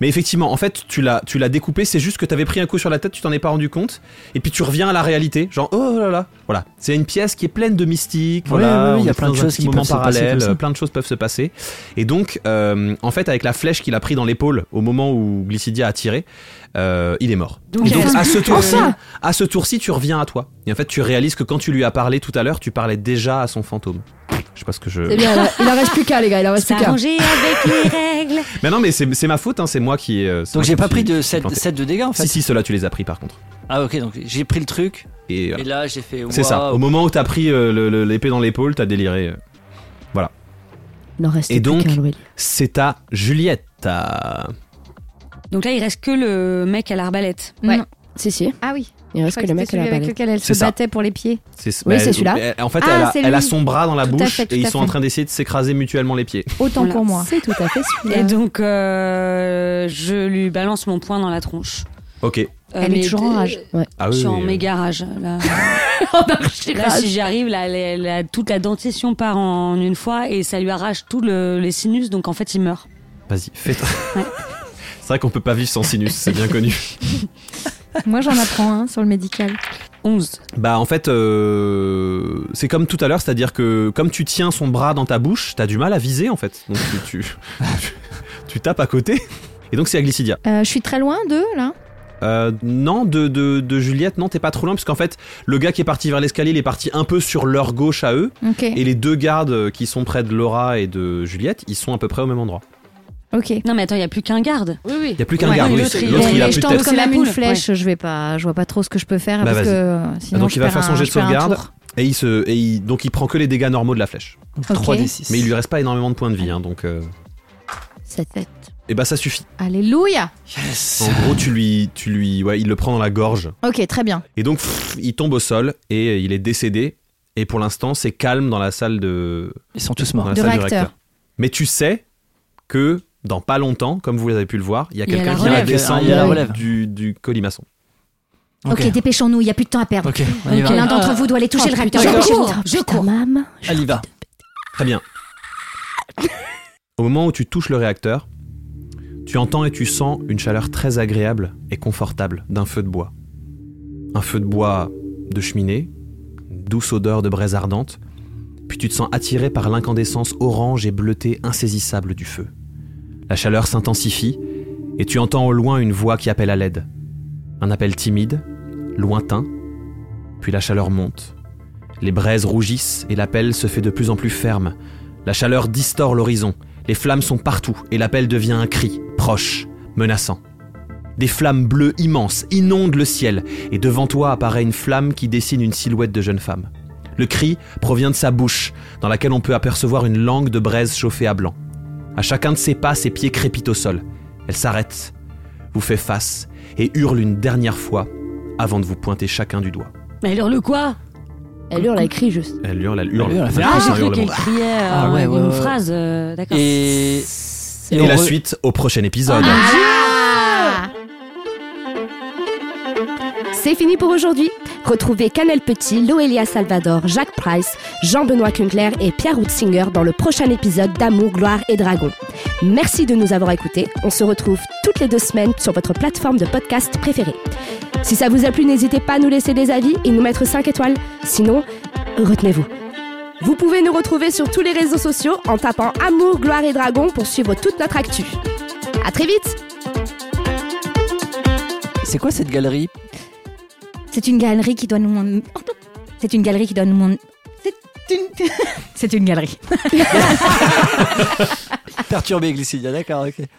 Mais effectivement, en fait, tu l'as, tu l'as découpé, c'est juste que t'avais pris un coup sur la tête, tu t'en es pas rendu compte, et puis tu reviens à la réalité, genre oh là là. Voilà. C'est une pièce qui est pleine de mystique, Ouais, voilà, ouais, ouais, on il y a est plein dans de un choses petit qui moment peuvent se passer parallèle, comme ça. euh, plein de choses peuvent se passer. Et donc, euh, en fait, avec la flèche qu'il a pris dans l'épaule au moment où Glycidia a tiré, euh, il est mort. Donc, Et donc, il à ce tour-ci, Enfin à ce tour-ci, tu reviens à toi. Et en fait, tu réalises que quand tu lui as parlé tout à l'heure, tu parlais déjà à son fantôme. Je sais pas ce que je. C'est bien, là, il en reste plus qu'à les gars, il en reste plus qu'à. S'arranger avec les [laughs] règles. Mais non, mais c'est c'est ma faute, hein, c'est moi qui. euh, c'est Donc moi j'ai qui pas suis- pris de qui 7, plantais. 7 de dégâts en fait. Si, si, cela tu les as pris par contre. Ah ok, donc j'ai pris le truc Et, euh, et là j'ai fait. c'est ça. waouh. Au moment où t'as pris euh, le- le- l'épée dans l'épaule, t'as déliré. euh. Il en reste Et donc- plus qu'à Will. C'est à Juliette. à- Donc là, il reste que le mec à l'arbalète. Ouais. Non. Si, si, Ah oui. il Je reste crois que que c'était le mec à celui la avec balai. lequel elle C'est se ça. battait pour les pieds. Oui, bah, c'est elle- celui-là. elle- En fait, Ah, elle, a, c'est elle a lui. son bras dans la Tout à bouche fait, tout et ils à sont fait. en train d'essayer de s'écraser mutuellement les pieds. Autant Voilà. pour moi. C'est tout à fait Et celui-là. donc, euh, je lui balance mon poing dans la tronche. Ok. Euh, Elle mais est toujours en rage. Ouais. Ah Je oui. suis en oui, méga rage. Là, Là, si j'y arrive, là, la- la- toute la dentition part en une fois et ça lui arrache tous le- les sinus, donc en fait, il meurt. oui. Vas-y, fais. [laughs] c'est vrai qu'on peut pas vivre sans sinus, c'est bien connu. Moi, j'en apprends un sur le médical. 11. Bah en fait, euh, c'est comme tout à l'heure, c'est-à-dire que comme tu tiens son bras dans ta bouche, t'as du mal à viser en fait. Donc tu, [laughs] tu, tu tapes à côté. Et donc c'est à Glycidia. Euh, je suis très loin d'eux, là. Euh, non, de, de, de Juliette, non, t'es pas trop loin, parce qu'en fait, le gars qui est parti vers l'escalier, il est parti un peu sur leur gauche à eux, Ok. et les deux gardes euh, qui sont près de Laura et de Juliette, ils sont à peu près au même endroit. Ok. Non, mais attends, il n'y a plus qu'un garde. Oui, oui. Il y a plus qu'un Ouais, garde, oui, oui, l'autre, c'est- il- l'autre il a plus Mais je de tente tête. C'est comme la la poule, une flèche. Je vais pas. Je vois pas trop ce que je peux faire Bah, parce vas-y. que euh, sinon Donc je il va perds faire son un- jet de je perds un sauvegarde. tour. Et il se, et il- donc il prend que les dégâts normaux de la flèche. Ok. 3 des 6. Mais il lui reste pas énormément de points de vie, hein, donc. euh, Sept. Et bah ça suffit. Alléluia. En gros, tu lui, tu lui, ouais, il le prend dans la gorge. Ok, très bien. Et donc, pff, il tombe au sol et euh, il est décédé. Et pour l'instant, c'est calme dans la salle de, Ils sont tous dans morts. la De salle du réacteur. réacteur. Mais tu sais que dans pas longtemps, comme vous avez pu le voir, il y a Il y a quelqu'un la qui va relève. descendre Il y a la relève. du, du colimaçon. Ok, dépêchons-nous. Il y a plus de temps à perdre. Ok, on y va. L'un d'entre vous doit aller toucher Oh, le réacteur. putain, je Dépêchez-vous. cours, je Euh, Putain, cours. Mam. Elle y va. Très bien. Au moment où tu touches le réacteur, tu entends et tu sens une chaleur très agréable et confortable d'un feu de bois. Un feu de bois de cheminée, une douce odeur de braise ardente, puis tu te sens attiré par l'incandescence orange et bleutée insaisissable du feu. La chaleur s'intensifie et tu entends au loin une voix qui appelle à l'aide. Un appel timide, lointain, puis la chaleur monte. Les braises rougissent et l'appel se fait de plus en plus ferme. La chaleur distord l'horizon, les flammes sont partout et l'appel devient un cri, proche, menaçant. Des flammes bleues immenses inondent le ciel et devant toi apparaît une flamme qui dessine une silhouette de jeune femme. Le cri provient de sa bouche, dans laquelle on peut apercevoir une langue de braise chauffée à blanc. À chacun de ses pas, ses pieds crépitent au sol. Elle s'arrête, vous fait face et hurle une dernière fois avant de vous pointer chacun du doigt. Mais alors le quoi Elle hurle, elle crie juste. Elle hurle, elle hurle. Elle hurle, elle fait, Vraiment, Ah, c'est j'ai un cru hurlement. qu'elle criait euh, Ah, ouais, ouais, une ouais. phrase. euh, D'accord. Et. Et, on la re- suite au prochain épisode. C'est fini pour aujourd'hui. Retrouvez Canel Petit, Loelia Salvador, Jacques Price, Jean-Benoît Kunkler et Pierre Hutzinger dans le prochain épisode d'Amour, Gloire et Dragon. Merci de nous avoir écoutés. On se retrouve toutes les deux semaines sur votre plateforme de podcast préférée. Si ça vous a plu, n'hésitez pas à nous laisser des avis et nous mettre 5 étoiles. Sinon, retenez-vous. Vous pouvez nous retrouver sur tous les réseaux sociaux en tapant Amour, Gloire et Dragon pour suivre toute notre actu. À très vite C'est quoi cette galerie C'est une galerie qui doit nous. mon- C'est une galerie qui doit nous. mon- C'est une. [laughs] C'est une galerie. Perturbée, Glycidia, Ah, d'accord, ok.